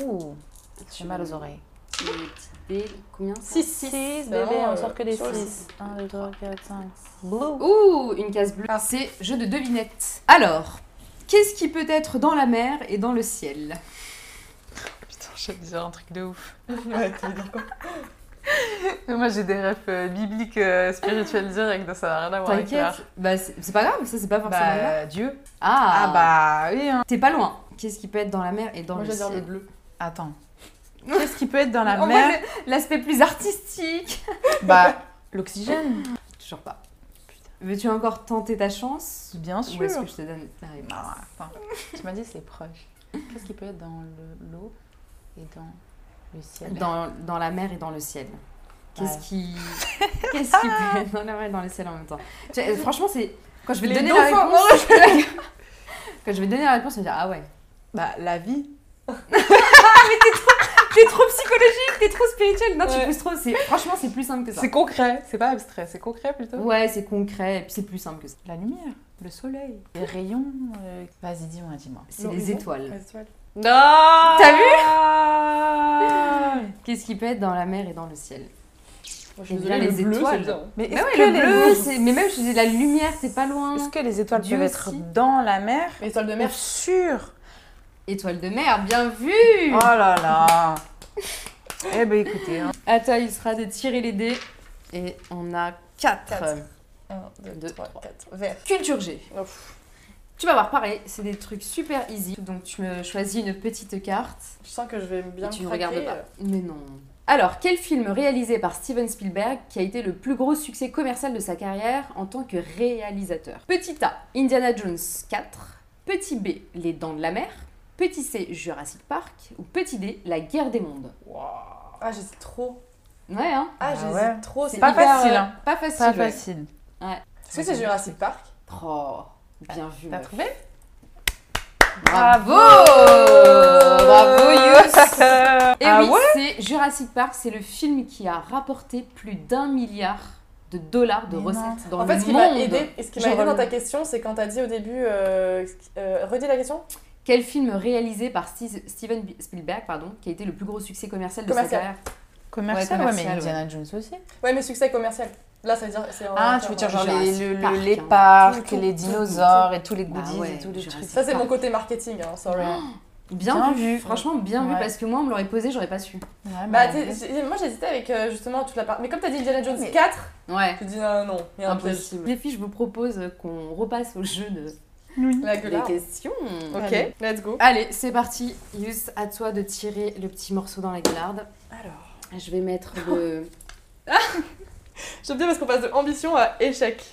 D: Ouh,
A: Tu-
D: j'ai mal aux oreilles.
A: tu- les petites billes, Combien ça
B: 6 6
D: bébé, on sort que des
B: sur le
D: 6.
C: 1, 2, 3, 4, 5.
D: Blue.
A: Ouh, une case bleue. Ah, C'est jeu de devinettes. Alors, qu'est-ce qui peut être dans la mer et dans le ciel
C: Putain, je vais dire un truc de ouf.
B: Ouais, t'as dit quoi
C: Moi, j'ai des rêves euh, bibliques, euh, spirituels directs, ça n'a rien à voir avec la-
A: T'inquiète, bah, c'est c'est pas grave, ça c'est pas forcément grave.
C: Bah, Dieu.
A: Ah,
C: Ah, bah oui, hein.
A: T'es pas loin. Qu'est-ce qui peut être dans la mer et dans
B: Moi
A: le
B: j'adore
A: ciel
B: le bleu.
C: Attends. Qu'est-ce qui peut être dans la
A: Oh, moi,
C: mer
A: le- L'aspect plus artistique.
C: Bah, l'oxygène.
A: Toujours pas. Veux-tu encore tenter ta chance
C: Bien
A: Ou est-ce
C: sûr.
A: que je te donne la réponse
C: Non, attends. Tu m'as dit c'est proche. Qu'est-ce qui peut être dans le- l'eau et dans le ciel
A: dans, dans la mer et dans le ciel. Qu'est-ce
D: Ouais.
A: qui. Qu'est-ce qui peut être dans la mer et dans le ciel en même temps Tu vois, euh, Franchement, c'est. Quand je vais te
B: Les
A: donner la
B: dauphins,
A: réponse. Quand je vais te donner la réponse, tu vas dire Ah ouais.
C: Bah, la vie.
A: T'es trop psychologique, t'es trop spirituel. Non, tu
B: Ouais.
A: pousses trop. c'est- Franchement, c'est plus simple que ça.
C: C'est concret, c'est pas abstrait, c'est concret plutôt.
A: Ouais, c'est concret et puis c'est plus simple que ça.
C: La lumière, le soleil, les rayons. euh, Vas-y, dis-moi, dis-moi.
A: C'est
B: Non,
A: les
B: mais bon.
A: étoiles.
B: Les étoiles.
C: Non Ah
A: T'as
C: vu
A: Qu'est-ce qui peut être dans la mer et dans le ciel
B: Moi,
A: Et
B: je
A: bien, les
B: les étoiles.
A: étoiles.
C: Mais
A: Bah
C: est-ce
A: ouais,
C: que
A: le
C: les
A: bleu,
C: rouges-
A: c'est. Mais même, je disais la lumière, c'est pas loin.
C: Est-ce que les étoiles
A: Dieu
C: peuvent être
A: aussi.
C: dans la mer
B: Les étoiles de
C: Bien
B: mer.
C: sûr
A: Étoile de mer, bien vu
C: Oh là là Eh ben écoutez, hein.
A: À toi, il sera de tirer les dés. Et on a 4.
B: Quatre. 1, 2,
A: Deux,
B: 3, 4. Vert.
A: Culture G.
B: Oh,
A: Tu vas voir, pareil, c'est des trucs super easy. Donc tu me choisis une petite carte
B: Je sens que je vais bien euh.
A: et tu ne
B: me
A: regardes pas. Mais non. Alors, quel film réalisé par Steven Spielberg qui a été le plus gros succès commercial de sa carrière en tant que réalisateur Petit A, Indiana Jones 4. Petit B, Les Dents de la Mer. Petit C, Jurassic Park. Ou petit D, La Guerre des Mondes.
B: Ah, j'hésite trop.
A: Ouais, hein
B: Ah,
C: Ah
B: j'hésite
C: ouais.
B: trop.
C: pas
A: hyper,
C: facile,
A: euh,
C: hein.
A: Pas facile.
C: pas
A: ouais.
C: facile.
B: Est-ce que c'est Jurassic Park
A: Oh, bien vu.
C: T'as
A: meuf.
C: trouvé
A: Bravo Bravo Yous Et
C: Ah
A: oui, c'est Jurassic Park, c'est le film qui a rapporté plus d'un milliard de dollars de
C: Mais
A: recettes dans
B: En fait,
A: le
B: ce qui m'a
A: monde.
B: aidé, et ce qui m'a
A: Je
B: aidé dans
A: relève.
B: ta question, c'est quand t'as dit au début. Euh, euh, redis la question
A: Quel film réalisé par Steve- Steven Bi- Spielberg pardon, qui a été le plus gros succès commercial de
B: Commercial.
A: sa carrière
C: Commercial,
A: Ouais,
C: ouais,
A: commercial,
C: mais Indiana Jones aussi.
B: Ouais, mais succès commercial. Là, ça veut dire. c'est en-
C: Ah, tu veux dire genre les,
A: Jurassic
C: le- le-
A: Park,
C: les
A: hein.
C: parcs,
B: Tout, tout,
C: les
B: tout,
C: dinosaures et tous les
A: Bah
C: goodies
A: ouais,
C: et tous les
A: Jurassic
C: trucs.
B: Ça, c'est
A: Park.
B: mon côté marketing, hein, sorry.
A: Ah, Bien,
C: Bien
A: vu,
C: vu.
A: franchement bien vu
C: Ouais.
A: parce que moi on me l'aurait posé, j'aurais pas su.
C: Ouais,
B: Bah,
C: mais-
B: t'es- j'ai- moi j'hésitais avec euh, justement toute la part. Mais comme t'as dit Indiana Jones
C: Mais-
B: 4,
A: Ouais.
B: tu te dis non, non, il y a un piège.
A: Impossible. Les filles, je vous propose qu'on repasse au jeu de
B: La
A: des
B: gueule.
A: questions.
B: Ok, let's go.
A: Allez, c'est parti. Yus, à toi de tirer le petit morceau dans la garde.
B: Alors.
A: Je vais mettre le.
B: J'aime bien parce qu'on passe de ambition à échec.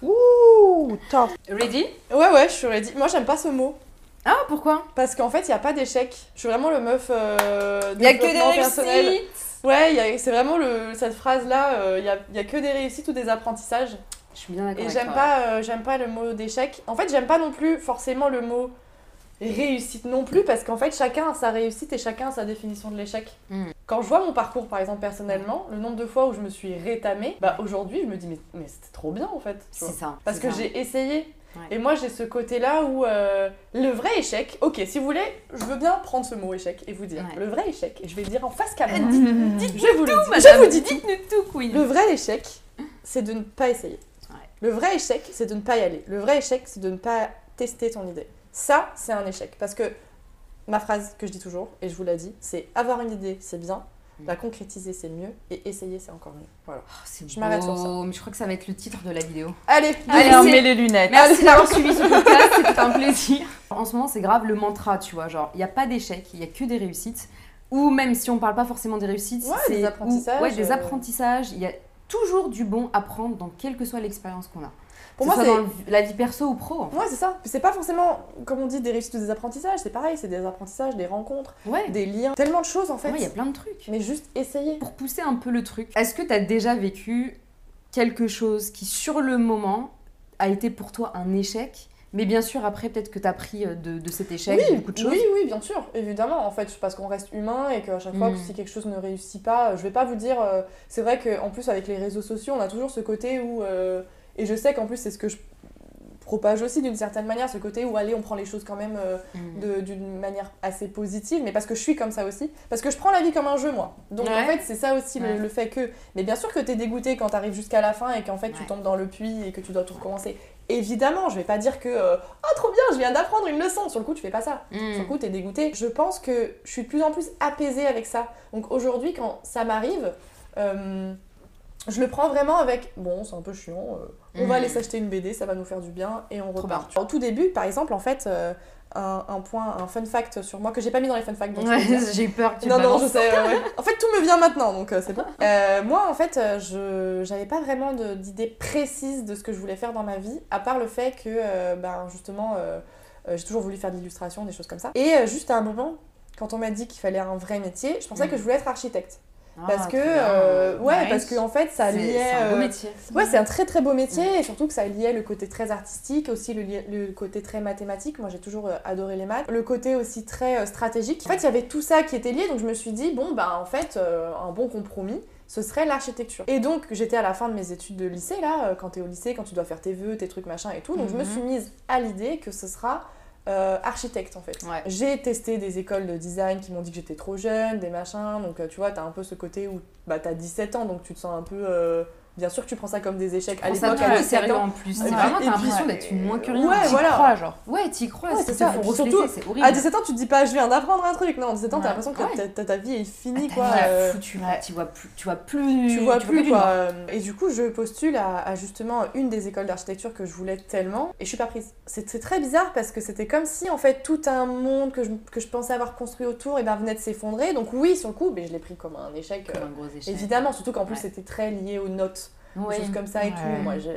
C: Ouh, top
A: Ready
B: Ouais, ouais, je suis ready. Moi j'aime pas ce mot.
A: Ah, pourquoi
B: Parce qu'en fait, il n'y a pas d'échec. Je suis vraiment le meuf. Euh,
A: Il y a que
B: développement
A: des
B: personnel.
A: réussites
B: Ouais, il y a- c'est vraiment le, cette phrase-là. euh, Il y a- il y a, que des réussites ou des apprentissages.
A: Je suis bien d'accord.
B: Et
A: avec
B: j'aime
A: toi.
B: pas, euh, j'aime pas le mot d'échec. En fait, j'aime pas non plus forcément le mot réussite non plus parce qu'en fait, chacun a sa réussite et chacun a sa définition de l'échec.
A: Mm.
B: Quand je vois mon parcours, par exemple, personnellement, le nombre de fois où je me suis rétamée, bah aujourd'hui, je me dis mais, mais c'était trop bien en fait. tu
A: C'est
B: vois.
A: ça.
B: Parce
A: c'est
B: que
A: ça.
B: j'ai essayé.
A: Ouais.
B: Et moi, j'ai ce côté-là où euh, le vrai échec, ok, si vous voulez, je veux bien prendre ce mot échec et vous dire
A: Ouais. Euh,
B: le vrai échec, et je vais le dire en face caméra.
C: Dites
B: je vous le dis,
A: madame.
B: je vous dis, dites-
A: Dites-nous tout, Queen.
B: le vrai échec, c'est de ne pas essayer.
A: Ouais.
B: Le vrai échec, c'est de ne pas y aller. Le vrai échec, c'est de ne pas tester ton idée. Ça, c'est un échec. Parce que ma phrase que je dis toujours, et je vous la dis, c'est avoir une idée, c'est bien,
A: Mm.
B: la concrétiser, c'est mieux, et essayer, c'est encore mieux. Voilà.
A: Oh, c'est
B: Je m'arrête sur ça.
A: beau, Mais je crois que ça va être le titre de la vidéo.
B: Allez,
A: Allez,
C: Allez,
A: on
C: on
A: c'est- met
C: met les lunettes.
A: Merci d'avoir suivi ce podcast. C'était un plaisir. En ce moment, c'est grave le mantra, tu vois. Genre, il n'y a pas d'échec, il n'y a que des réussites. Ou même si on parle pas forcément des réussites,
B: Ouais,
A: c'est
B: des
A: ou-
B: apprentissages,
A: ouais, des
B: euh.
A: apprentissages. Il y a toujours du bon à prendre dans quelle que soit l'expérience qu'on a.
B: Pour
A: Que
B: moi,
A: ce
B: c'est.
A: soit dans le- la vie perso ou pro. hein. en fait.
B: Ouais, c'est ça. C'est pas forcément, comme on dit, des réussites ou des apprentissages. C'est pareil, c'est des apprentissages, des rencontres,
A: Ouais,
B: des liens. Tellement de choses en fait.
A: Ouais, il y a plein de trucs.
B: Mais juste essayer.
A: Pour pousser un peu le truc, est-ce que tu as déjà vécu quelque chose qui, sur le moment, a été pour toi un échec mais bien sûr, après, peut-être que tu as pris euh, de, de cet échec
B: oui,
A: beaucoup de choses.
B: oui, oui, bien sûr, évidemment. En fait, parce qu'on reste humain et qu'à chaque fois
A: Mm.
B: que si quelque chose ne réussit pas, je vais pas vous dire. euh, c'est vrai qu'en plus, avec les réseaux sociaux, on a toujours ce côté où. euh, et je sais qu'en plus, c'est ce que je propage aussi d'une certaine manière, ce côté où, allez, on prend les choses quand même euh,
A: Mm.
B: de- d'une manière assez positive, mais parce que je suis comme ça aussi. Parce que je prends la vie comme un jeu, moi. Donc
A: Ouais.
B: en fait, c'est ça aussi le-
A: Ouais.
B: le, fait que. Mais bien sûr que t'es dégoûté quand t'arrives jusqu'à la fin et qu'en fait, tu
A: Ouais.
B: tombes dans le puits et que tu dois tout recommencer. Évidemment, je vais pas dire que. euh, oh, trop bien, je viens d'apprendre une leçon. Sur le coup, tu fais pas ça.
A: Mm.
B: Sur le coup, t'es dégoûté. Je pense que je suis de plus en plus apaisée avec ça. Donc aujourd'hui, quand ça m'arrive, euh, je le prends vraiment avec bon, c'est un peu chiant. euh, on
A: Mm.
B: va aller s'acheter une BD, ça va nous faire du bien et on
A: Trop
B: repart. Au tout début, par exemple, en fait, euh, un, un point, un fun fact sur moi que j'ai pas mis dans les fun facts. donc je peux le dire.
A: Ouais, J'ai eu peur que tu
B: Non,
A: le
B: non,
A: balances.
B: je sais. ouais, ouais. En fait, tout me vient maintenant, donc euh, c'est bon. Euh, moi, en fait, euh, je j'avais pas vraiment de- d'idée précise de ce que je voulais faire dans ma vie, à part le fait que, euh, ben, justement, euh, euh, j'ai toujours voulu faire de l'illustration, des choses comme ça. Et euh, juste à un moment, quand on m'a dit qu'il fallait un vrai métier, je pensais
A: Mm.
B: que je voulais être architecte.
A: Ah,
B: Parce que,
A: trop bien.
B: euh, ouais,
D: Nice.
B: parce que, en fait, ça
A: C'est-
B: liait.
A: C'est Mm. un beau
B: euh,
A: métier.
B: Ouais, c'est un très très beau métier et surtout que ça liait le côté très artistique, aussi le, li- le côté très mathématique. Moi j'ai toujours euh, adoré les maths. Le côté aussi très euh, stratégique. En fait, il y avait tout ça qui était lié donc je me suis dit, bon, bah en fait, euh, un bon compromis. Ce serait l'architecture. Et donc, j'étais à la fin de mes études de lycée, là, euh, quand t'es au lycée, quand tu dois faire tes vœux, tes trucs, machin et tout. Donc, je me
A: Mm-hmm.
D: Mhm.
B: suis mise à l'idée que ce sera euh, architecte, en fait.
D: Ouais.
B: J'ai testé des écoles de design qui m'ont dit que j'étais trop jeune, des machins. Donc, euh, tu vois, t'as un peu ce côté où bah, t'as 17 ans, donc tu te sens un peu. euh, Bien sûr que tu prends ça comme des échecs à
A: On
B: l'époque.
A: s'attend
B: à
A: au
B: 17
A: sérieux
B: ans.
A: en plus.
B: Ouais.
A: C'est vraiment,
B: Et
A: t'as
B: puis-
A: l'impression d'être une moins que rien.
B: Ouais,
C: J'y
B: voilà.
C: crois, genre.
A: Ouais, t'y crois,
B: Ouais,
A: c'est
B: c'est
A: te
B: ça.
A: font
B: Et puis surtout,
A: refléter, c'est horrible.
B: À 17 ans, tu te dis pas je viens d'apprendre un truc. Non, à 17 ans, t'as
A: Ouais.
B: l'impression que
A: Ouais.
B: ta, ta- ta vie est finie,
A: Ah,
B: quoi.
A: t'as
B: euh,
A: foutu, ouais, tu vois plus, tu vois plus,
B: tu vois plus,
A: du
B: quoi.
A: noir.
B: euh, Et du coup, je postule à, à justement une des écoles d'architecture que je voulais tellement et je suis pas prise. C'est c'est très bizarre parce que c'était comme si, en fait, tout un monde que je, que je pensais avoir construit autour et ben, venait de s'effondrer. Donc, oui, sur le coup, mais je l'ai pris comme un échec. euh,
A: Comme un gros échec.
B: Évidemment, surtout qu'en plus
A: Ouais.
B: c'était très lié aux notes,
A: Ouais.
B: des choses comme ça et
C: Ouais.
B: tout. Moi, je,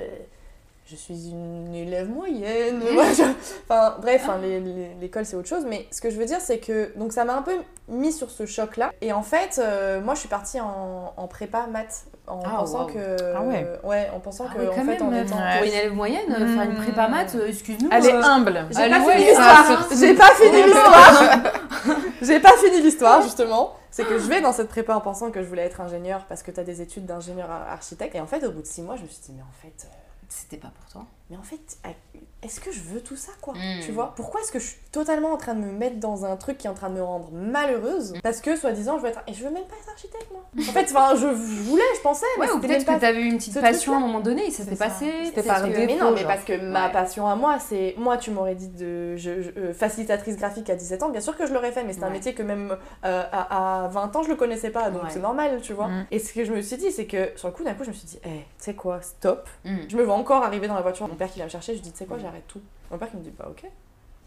B: je suis une élève moyenne. Moi, je- Enfin, bref, hein, les- les- l'école c'est autre chose. Mais ce que je veux dire, c'est que donc ça m'a un peu mis sur ce choc-là. Et en fait, euh, moi, je suis partie en, en prépa maths en
A: Ah,
B: pensant
A: waouh.
B: que
C: Ah ouais.
B: en pensant
A: Ah
B: que
A: ouais,
B: en
A: quand
B: fait, en
A: même,
B: étant
C: ouais.
A: Pour une élève moyenne, euh, faire une prépa
B: Mmh.
A: maths, euh, excuse-nous.
C: Elle est
A: euh,
C: humble.
B: J'ai
A: Elle
B: pas,
A: est-
B: fini
A: ouais,
B: l'histoire.
A: ah, c'est-
B: J'ai pas fini
A: Ouais.
B: l'histoire. J'ai pas fini l'histoire justement. C'est que je vais dans cette prépa en pensant que je voulais être ingénieur parce que t'as des études d'ingénieur à- architecte. Et en fait, au bout de six mois, je me suis dit mais en fait, euh,
A: C'était pas pour toi.
B: mais en fait, à- est-ce que je veux tout ça quoi
A: Mm.
B: Tu vois Pourquoi est-ce que je suis totalement en train de me mettre dans un truc qui est en train de me rendre malheureuse Parce que soi-disant, je veux être et je veux même pas être architecte moi. En fait, enfin, je voulais, je pensais, mais
A: Ouais, ou
B: c'était
A: peut-être
B: même pas
A: que t'avais eu une petite
B: ce
A: passion à un
B: truc-là.
A: moment donné et ça
C: C'est
A: s'est
C: ça.
A: passé.
C: C'était
A: c'est
C: par
A: ce que-
C: défaut.
B: mais non, mais
C: genre.
B: parce que ma
A: Ouais.
B: passion à moi, c'est. Moi, tu m'aurais dit de je- je- euh, facilitatrice graphique à 17 ans, bien sûr que je l'aurais fait, mais c'est un
A: Ouais.
B: métier que même euh, à, à 20 ans, je le connaissais pas, donc
A: Ouais.
B: c'est normal, tu vois.
C: Mm.
B: Et ce que je me suis dit, c'est que sur le coup, d'un coup, je me suis dit, Eh, tu sais quoi, stop.
A: Mm.
B: Je me vois encore arriver dans la voiture, mon père qui vient me chercher, je lui dis, tu sais quoi, j'arrête tout. Mon père qui me dit, bah ok.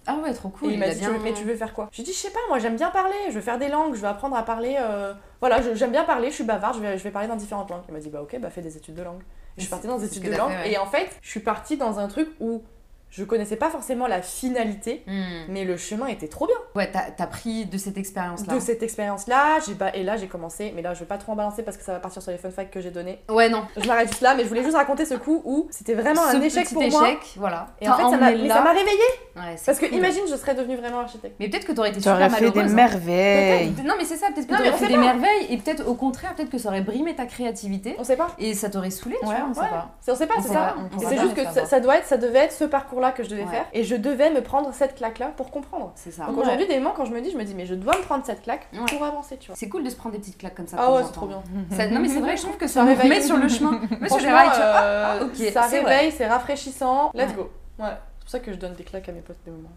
A: Ah ouais, trop cool.
B: Et il m'a
A: a
B: dit,
A: bien-
B: Tu veux- mais tu veux faire quoi J'ai dit, je sais pas, moi j'aime bien parler, je veux faire des langues, je veux apprendre à parler. euh, Voilà, je- j'aime bien parler, je suis bavarde, je vais, je vais parler dans différentes langues. Il m'a dit, bah ok, bah fais des études de langue. Et Je suis
A: C'est-
B: partie dans des
A: c'est ce
B: études
A: que
B: de
A: t'as
B: langue,
A: fait, ouais.
B: et en fait, je suis partie dans un truc où je connaissais pas forcément la finalité,
A: Mm.
B: mais le chemin était trop bien.
A: Ouais, t'as t'as pris de cette expérience-là.
B: De cette expérience-là, j'ai ba- et là j'ai commencé, mais là je veux pas trop en balancer parce que ça va partir sur les fun facts que j'ai donnés.
A: Ouais, non.
B: Je m'arrête juste là, mais je voulais juste raconter ce coup où c'était vraiment
A: Ce
B: Ah un échec
A: petit
B: pour
A: échec,
B: moi.
A: voilà.
B: Et en
A: T'as
B: fait, ça m'a
A: emmené
B: mais
A: là.
B: ça m'a réveillée
A: Ouais, c'est
B: parce que
A: cool.
B: imagine, je serais devenue vraiment architecte.
A: Mais peut-être que t'aurais été
C: Tu
A: super
C: aurais fait
A: malheureuse.
C: des
A: hein.
C: merveilles.
A: Peut-être- Non, mais c'est ça, peut-être que
B: Non, mais
A: t'aurais
B: on
A: fait
B: sait
A: des
B: pas.
A: merveilles et peut-être au contraire, peut-être que ça aurait brimé ta créativité
B: On sait pas.
A: et ça t'aurait saoulé, tu
C: Ouais,
A: vois.
C: on sait
B: ouais.
C: pas.
B: C'est- On sait pas,
A: On
B: c'est
A: sait
B: ça.
A: pas, on
B: Et
A: pourra
B: C'est
A: pas
B: juste
A: le
B: que ça,
A: savoir.
B: ça doit être, ça devait être ce parcours-là que je devais
A: Ouais.
B: faire. Et je devais me prendre cette claque-là pour comprendre.
A: C'est ça.
B: Donc
C: Ouais.
B: aujourd'hui, des moments, quand je me dis, je me dis, mais je dois me prendre cette claque
A: Ouais.
B: pour avancer, tu vois.
A: C'est cool de se prendre des petites claques comme ça. de
B: Ah
A: temps
B: ouais,
A: en
B: c'est
A: temps.
B: trop bien.
A: Ça- non mais c'est vrai, je trouve que ça
B: Ça
A: nous
B: réveille.
A: remet sur le chemin. Moi sur les
B: Franchement,
A: rails, tu vois, ah,
B: euh,
A: ah, ok, c'est
B: ça
A: vrai.
B: réveille, c'est rafraîchissant. Let's
A: Ouais.
B: go. Ouais. C'est pour ça que je donne des claques à mes potes des moments.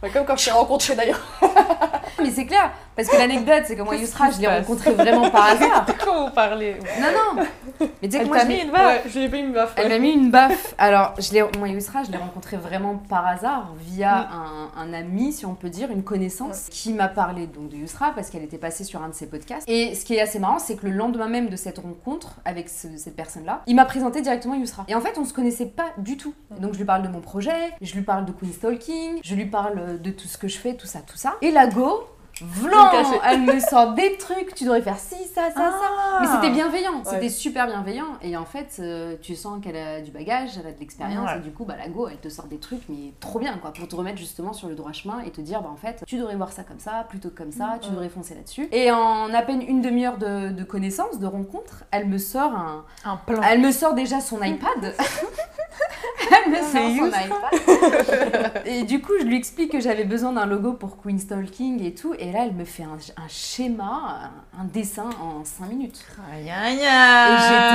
B: Enfin, comme quand je t'ai rencontré d'ailleurs.
A: Ah, Mais c'est clair, parce que l'anecdote, c'est que moi,
C: Qu'est-ce
A: Yusra,
C: qui
A: je
C: se
A: l'ai
C: passe
A: rencontré vraiment par hasard.
B: Quand vous parlez
A: Non, non. Mais tu sais que
B: Elle
A: moi,
B: t'a
A: je
B: mis
A: l'ai-
B: une baffe Je lui ai mis une baffe.
A: elle m'a mis une baffe. Alors, je l'ai, moi, Yusra, je l'ai rencontré vraiment par hasard via
B: Mm.
A: un, un ami, si on peut dire, une connaissance, qui m'a parlé donc de Yusra parce qu'elle était passée sur un de ses podcasts. Et ce qui est assez marrant, c'est que le lendemain même de cette rencontre avec ce- cette personne-là, il m'a présenté directement Yusra. Et en fait, on se connaissait pas du tout. Et donc, je lui parle de mon projet, je lui parle de Queen Stalking, je lui parle de tout ce que je fais, tout ça, tout ça. Et la go, vlan,
B: Caché.
A: elle me sort des trucs. Tu devrais faire ci, ça, ça, ça.
C: Ah.
A: Mais c'était bienveillant,
B: Ah. Ouais.
A: c'était super bienveillant. Et en fait, euh, tu sens qu'elle a du bagage, elle a de l'expérience,
C: Ouais.
A: et du coup, bah, la go, elle te sort des trucs, mais trop bien, quoi, pour te remettre justement sur le droit chemin et te dire, bah, en fait, tu devrais voir ça comme ça, plutôt que comme ça, tu
B: Mm. Ouais.
A: devrais foncer là-dessus. Et en à peine une demi-heure de, de connaissances, de rencontres, elle me sort un.
C: Un plan.
A: Elle me sort déjà son iPad. elle me
C: C'est
A: sort
C: Youssra.
A: son iPad. et du coup, je lui explique que j'avais besoin d'un logo pour Queen Stalking et tout, et là, elle me fait un, un schéma, un, un dessin en 5 minutes.
C: Aïe,
A: Et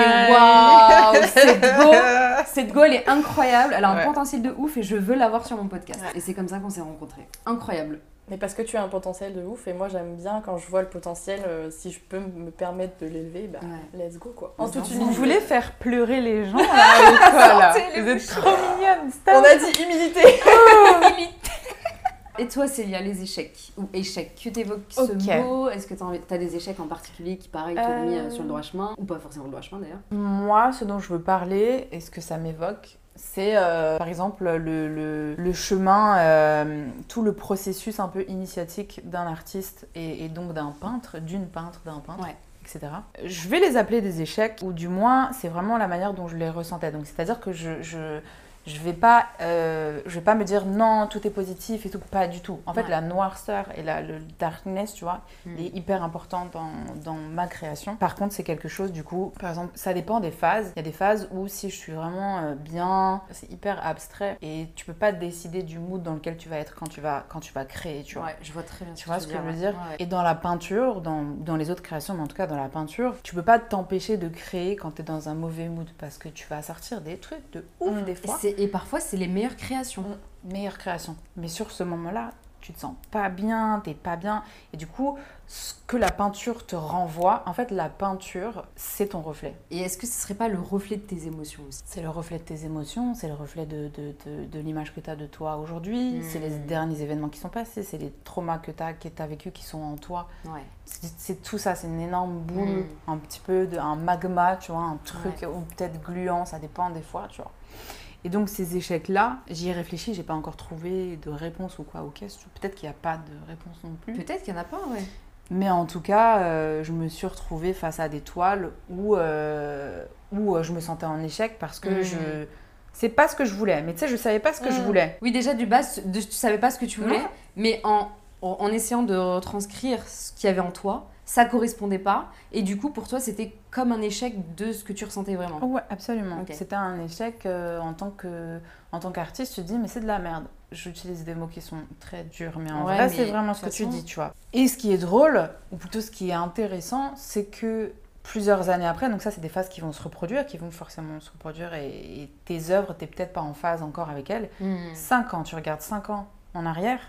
A: j'étais waouh, cette go, cette go, elle est incroyable, elle a un
C: Ouais.
A: potentiel de ouf et je veux l'avoir sur mon podcast. Et c'est comme ça qu'on s'est rencontrés. Incroyable.
B: Mais parce que tu as un potentiel de ouf et moi j'aime bien quand je vois le potentiel, euh, si je peux me permettre de l'élever, bah let's go quoi. En
A: Mais
B: toute
A: non,
C: Vous
B: humilité.
C: voulez faire pleurer les gens là, à l'école, là.
A: Sortez les
C: Vous êtes trop mignonnes, stop.
B: On a dit humilité
A: Et toi, Célia, les échecs ou échecs, que t'évoques
C: Ok.
A: ce mot Est-ce que t'as envie- t'as des échecs en particulier qui, pareil, t'ont
C: Euh.
A: mis euh, sur le droit chemin Ou pas forcément le droit chemin d'ailleurs
C: Moi, ce dont je veux parler et ce que ça m'évoque, c'est euh, par exemple le, le- le chemin, euh, tout le processus un peu initiatique d'un artiste et, et donc d'un peintre, d'une peintre, d'un peintre.
A: Ouais.
C: Etc. Je vais les appeler des échecs, ou du moins c'est vraiment la manière dont je les ressentais. Donc c'est-à-dire que je, je, je vais pas, euh, je vais pas me dire non tout est positif et tout, pas du tout. En fait
A: Ouais.
C: la noirceur et la, le darkness, tu vois,
A: Mm.
C: est hyper important dans, dans ma création. Par contre, c'est quelque chose, du coup, par exemple, ça dépend des phases. Il y a des phases où si je suis vraiment euh, bien, c'est hyper abstrait et tu peux pas décider du mood dans lequel tu vas être quand tu vas, quand tu vas créer, tu vois.
A: Ouais, je vois très bien.
C: Tu vois ce que je veux
A: ouais.
C: dire
A: Ouais.
C: Et dans la peinture, dans, dans les autres créations, mais en tout cas dans la peinture, tu peux pas t'empêcher de créer quand tu es dans un mauvais mood parce que tu vas sortir des trucs de ouf
B: Mm.
C: des
A: Et
C: fois.
A: c'est- Et, parfois, c'est les meilleures créations.
C: Mm. Meilleure création. Mais sur ce moment-là, tu te sens pas bien, t'es pas bien. Et du coup, ce que la peinture te renvoie, en fait, la peinture, c'est ton reflet.
A: Et est-ce que ce serait pas le reflet de tes émotions aussi
C: C'est le reflet de tes émotions, c'est le reflet de, de- de- de l'image que tu as de toi aujourd'hui,
A: Mm.
C: c'est les derniers événements qui sont passés, c'est les traumas que tu as, que as vécu qui sont en toi.
A: Ouais.
C: C'est c'est tout ça, c'est une énorme boule,
A: Mm.
C: un petit peu de, un magma, tu vois, un truc, ou peut-être gluant, ça dépend des fois, tu vois. Et donc ces échecs-là, j'y ai réfléchi, j'ai pas encore trouvé de réponse ou quoi, ok, peut-être qu'il n'y a pas de réponse non plus.
A: Peut-être qu'il y en a pas, ouais.
C: Mais en tout cas, euh, je me suis retrouvée face à des toiles où, euh, où euh, je me sentais en échec parce que
A: Mhm.
C: je. C'est pas ce que je voulais, mais tu sais, je savais pas ce que je
B: Mhm.
C: voulais.
A: Oui, déjà du bas, de- tu savais pas ce que tu voulais,
C: Non.
A: mais en, en en essayant de retranscrire ce qu'il y avait en toi, ça correspondait pas, et du coup pour toi c'était comme un échec de ce que tu ressentais vraiment.
C: Ah Ouais, absolument.
A: Ok.
C: C'était un échec euh, en tant que en tant qu'artiste, tu te dis mais c'est de la merde. J'utilise des mots qui sont très durs, mais en
A: Ouais,
C: vrai,
A: mais
C: c'est vraiment ce
A: de
C: que
A: toute
C: tu
A: façon-
C: dis, tu vois. Et ce qui est drôle, ou plutôt ce qui est intéressant, c'est que plusieurs années après, donc ça, c'est des phases qui vont se reproduire, qui vont forcément se reproduire, et, et tes œuvres, t'es peut-être pas en phase encore avec elles.
A: Mm.
C: 5 ans, tu regardes 5 ans en arrière,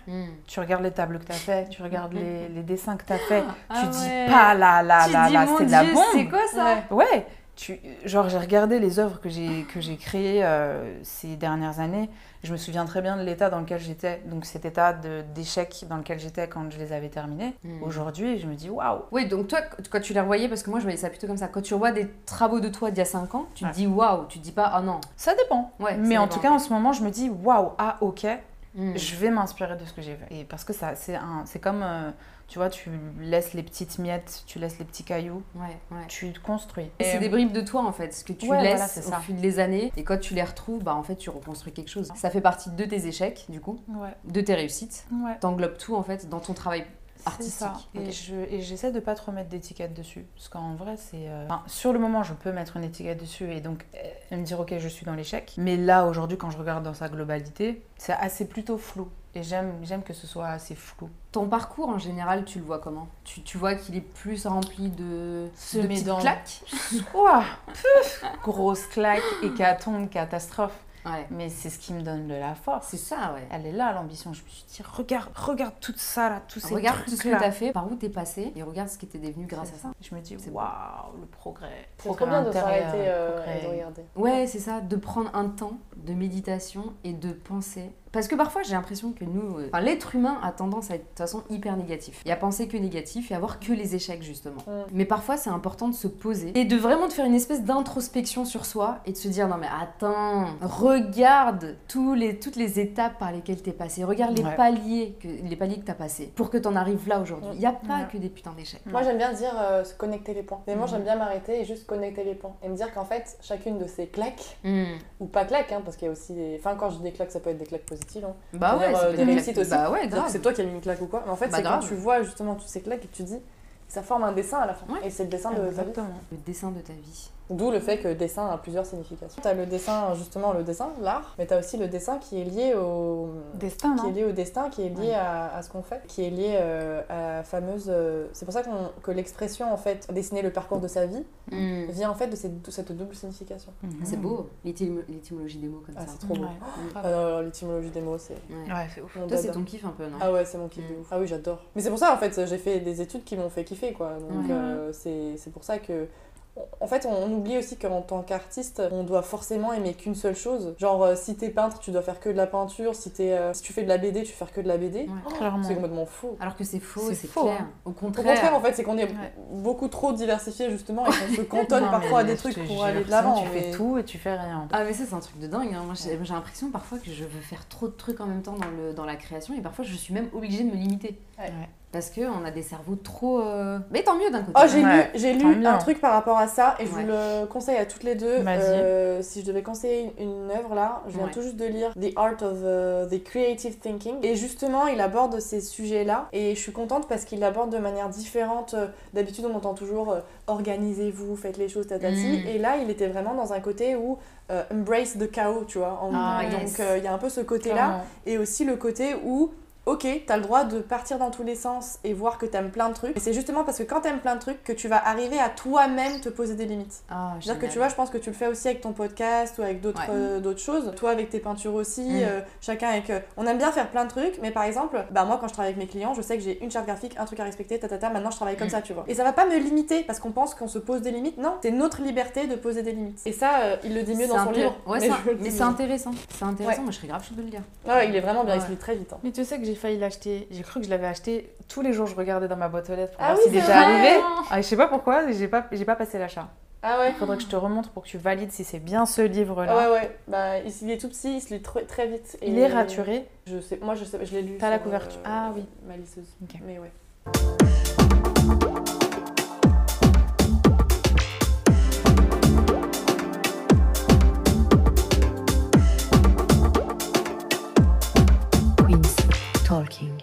C: tu regardes les tableaux que tu as fait, tu regardes les, les dessins que tu as fait, tu
A: Ah
C: dis
A: ouais.
C: pas là, là,
A: tu
C: là,
A: dis
C: là,
A: mon
C: c'est
A: Dieu,
C: de la bombe.
A: c'est quoi ça
C: Ouais, tu, genre j'ai regardé les œuvres que j'ai que j'ai créées euh, ces dernières années. Je me souviens très bien de l'état dans lequel j'étais, donc cet état de- d'échec dans lequel j'étais quand je les avais terminées.
A: Mm.
C: Aujourd'hui, je me dis waouh.
A: Oui, donc toi, qu- quand tu les revoyais, parce que moi je voyais ça plutôt comme ça, quand tu revois des travaux de toi d'il y a 5 ans, tu
C: Ouais.
A: te dis waouh, tu te dis pas ah non.
C: Ça dépend.
A: Ouais,
C: Mais
A: ça
C: en
A: dépend.
C: tout cas, en ce moment, je me dis waouh, ah ok,
A: Mm.
C: je vais m'inspirer de ce que j'ai fait. Et parce que ça, c'est un, c'est comme, euh, tu vois, tu laisses les petites miettes, tu laisses les petits cailloux,
A: Ouais, ouais.
C: tu te construis.
A: Et C'est
C: Et- euh,
A: des bribes de toi en fait, ce que tu
C: Ouais, voilà,
A: laisses
C: c'est
A: au
C: ça.
A: fil des années, et quand tu les retrouves, bah en fait tu reconstruis quelque chose. Ça fait partie de tes échecs du coup,
C: Ouais,
A: de tes réussites.
C: ouais.
A: T'englobes tout en fait dans ton travail.
C: C'est
A: Artistique,
C: ça.
A: ok.
C: Et je- Et j'essaie de pas trop mettre d'étiquette dessus. Parce qu'en vrai, c'est. euh, enfin, sur le moment, je peux mettre une étiquette dessus et donc euh, me dire, ok, je suis dans l'échec. Mais là, aujourd'hui, quand je regarde dans sa globalité, c'est assez plutôt flou. Et j'aime j'aime que ce soit assez flou.
A: Ton parcours en général, tu le vois comment tu, tu vois qu'il est plus rempli de, de
C: Semé
A: petites
C: d'embûches.
A: claques
C: Ouah, pouf, grosse claque, hécatombe, catastrophe.
A: Ouais.
C: Mais c'est ce qui me donne de la force.
A: C'est ça, ouais.
C: Elle est là, l'ambition. Je me suis dit, regarde, regarde tout ça là, tous ces
A: Regarde tout ce que
C: trucs-là.
A: t'as fait, par où t'es passé, et regarde ce qui t'es devenu grâce à ça.
C: Je me dis,
A: C'est
C: waouh, le progrès.
B: C'est trop bien de
C: Intérieur,
B: s'arrêter euh,
C: progrès.
B: et de regarder.
A: Ouais, c'est ça, de prendre un temps de méditation et de penser. Parce que parfois, j'ai l'impression que nous, euh, enfin, l'être humain a tendance à être de toute façon hyper négatif. Et à penser que négatif et à voir que les échecs, justement.
B: Mm.
A: Mais parfois, c'est important de se poser et de vraiment de faire une espèce d'introspection sur soi et de se dire non, mais attends, regarde tous les, toutes les étapes par lesquelles t'es passé. Regarde les
C: Ouais.
A: paliers que les paliers que t'as passés pour que t'en arrives là aujourd'hui. Il n'y a pas
C: Ouais.
A: que des putains d'échecs.
B: Moi, j'aime bien dire euh, se connecter les points. Vraiment,
C: Mhm.
B: j'aime bien m'arrêter et juste connecter les points. Et me dire qu'en fait, chacune de ces claques,
A: Mm.
B: ou pas claques, hein, parce qu'il y a aussi des. Enfin, quand je dis des claques, ça peut être des claques positives. hein.
A: Bah
B: C'est-à-dire,
A: ouais, ça
B: euh,
A: peut
B: des
A: être-
B: réussites aussi.
A: Bah ouais,
B: C'est-à-dire que
A: grave.
B: C'est toi qui as mis une claque ou quoi. Mais en fait,
A: Bah,
B: c'est quand
A: grave.
B: tu vois justement toutes ces claques et que tu te dis, ça forme un dessin à la fin.
A: Ouais.
B: Et c'est le dessin
C: euh,
B: de ta vie.
C: Exactement.
A: Le dessin de ta vie.
B: D'où le fait que dessin a plusieurs significations. T'as le dessin, justement, le dessin, l'art, mais t'as aussi le dessin qui est lié au.
C: Destin,
B: qui est
C: non
B: lié au destin, qui est lié
C: Ouais.
B: à, à ce qu'on fait, qui est lié euh, à la fameuse. euh, c'est pour ça qu'on- que l'expression, en fait, dessiner le parcours de sa vie,
A: Mm.
B: vient en fait de cette, de cette double signification.
C: Mhm.
A: C'est beau, l'étym- l'étymologie des mots comme
B: Mm. Ah,
A: ça.
B: c'est trop beau.
C: Ouais.
B: Ah non, alors, l'étymologie des mots, c'est.
A: Ouais.
C: Ouais, c'est ouf.
B: mon
A: Toi, c'est
B: dada.
A: ton kiff un peu, non
B: Ah ouais, c'est mon kiff de
A: Mm.
B: ouf. Ah oui, j'adore. Mais c'est pour ça, en fait, j'ai fait des études qui m'ont fait kiffer, quoi. Donc,
A: Ouais.
B: euh, c'est c'est pour ça que. En fait, on, on oublie aussi qu'en tant qu'artiste, on doit forcément aimer qu'une seule chose. Genre, euh, si t'es peintre, tu dois faire que de la peinture. Si, t'es, euh, si tu fais de la BD, tu vas faire que de la BD.
A: Ouais.
C: Clairement.
B: Oh, C'est complètement fou.
A: Alors que c'est faux,
C: C'est
A: c'est
C: faux,
A: clair.
C: hein.
A: Au
B: Au
A: contraire.
B: contraire, en fait, c'est qu'on est
C: Ouais.
B: beaucoup trop diversifié, justement, et qu'on se cantonne
C: Non,
B: parfois à
C: mais
B: des
C: je
B: trucs
C: te
B: pour
C: jure,
B: aller de
C: sinon
B: l'avant.
C: Tu
B: mais-
C: fais tout et tu fais rien.
A: Ah mais ça c'est un truc de dingue. hein. Moi j'ai j'ai l'impression parfois que je veux faire trop de trucs en même temps dans, le, dans la création et parfois je suis même obligée de me limiter.
B: Ouais.
C: Ouais.
A: Parce que on a des cerveaux trop. euh, Mais tant mieux d'un côté.
B: Oh, j'ai
C: Ouais,
B: lu, j'ai
C: tant
B: lu
C: mieux.
B: un truc par rapport à ça et je
A: Ouais.
B: vous le conseille à toutes les deux.
C: Vas-y.
B: Euh, si je devais conseiller une, une œuvre là, je viens
A: Ouais.
B: tout juste de lire The Art of euh, the Creative Thinking et justement il aborde ces sujets là et je suis contente parce qu'il l'aborde de manière différente. Euh, D'habitude on entend toujours euh, organisez-vous, faites les choses, tatati.
A: Mm.
B: Et là il était vraiment dans un côté où euh, embrace the chaos, tu vois. en-
A: Ah,
B: donc
A: yes.
B: euh, il y a un peu ce côté là et aussi le côté où ok t'as le droit de partir dans tous les sens et voir que t'aimes plein de trucs et c'est justement parce que quand t'aimes plein de trucs que tu vas arriver à toi-même te poser des limites
A: Ah,
B: c'est-à-dire que
A: génial.
B: tu vois, je pense que tu le fais aussi avec ton podcast ou avec d'autres
A: Ouais.
B: euh, d'autres choses. Toi avec tes peintures aussi,
A: Mm.
B: euh, chacun avec. euh, on aime bien faire plein de trucs, mais par exemple, bah moi quand je travaille avec mes clients, je sais que j'ai une charte graphique, un truc à respecter, tatata, maintenant je travaille comme
A: Mm.
B: ça, tu vois. Et ça va pas me limiter parce qu'on pense qu'on se pose des limites. Non, c'est notre liberté de poser des limites. Et ça, euh, il le dit mieux
A: C'est
B: dans son
A: intér-
B: livre.
A: Ouais,
B: mais
A: c'est un-
B: je le
A: mais
B: dis
A: c'est
B: mieux.
A: intéressant. C'est intéressant. Moi je serais grave chaude de le lire.
B: Ah ouais, il est vraiment bien,
C: Ouais.
B: il se lit très vite. hein.
C: Mais tu sais que j'ai failli l'acheter. J'ai cru que je l'avais acheté. Tous les jours, je regardais dans ma boîte aux lettres pour
B: Ah
C: voir
B: oui,
C: s'il
B: c'est
C: était
B: vrai.
C: arrivé. Ah, je sais pas pourquoi, j'ai pas, j'ai pas passé l'achat.
B: Ah ouais.
C: Il faudrait que je te remontre pour que tu valides si c'est bien ce
B: Ah
C: livre-là.
B: ouais, ouais. Bah, il, s- il est tout petit, il se lit tr- très vite.
C: Il
B: Et-
C: est raturé.
B: Je sais, moi je sais, je l'ai lu.
C: T'as la
B: sur, euh,
C: couverture. Ah oui.
B: Ma lisseuse.
C: Ok.
B: Mais ouais.
E: Queen's Talking.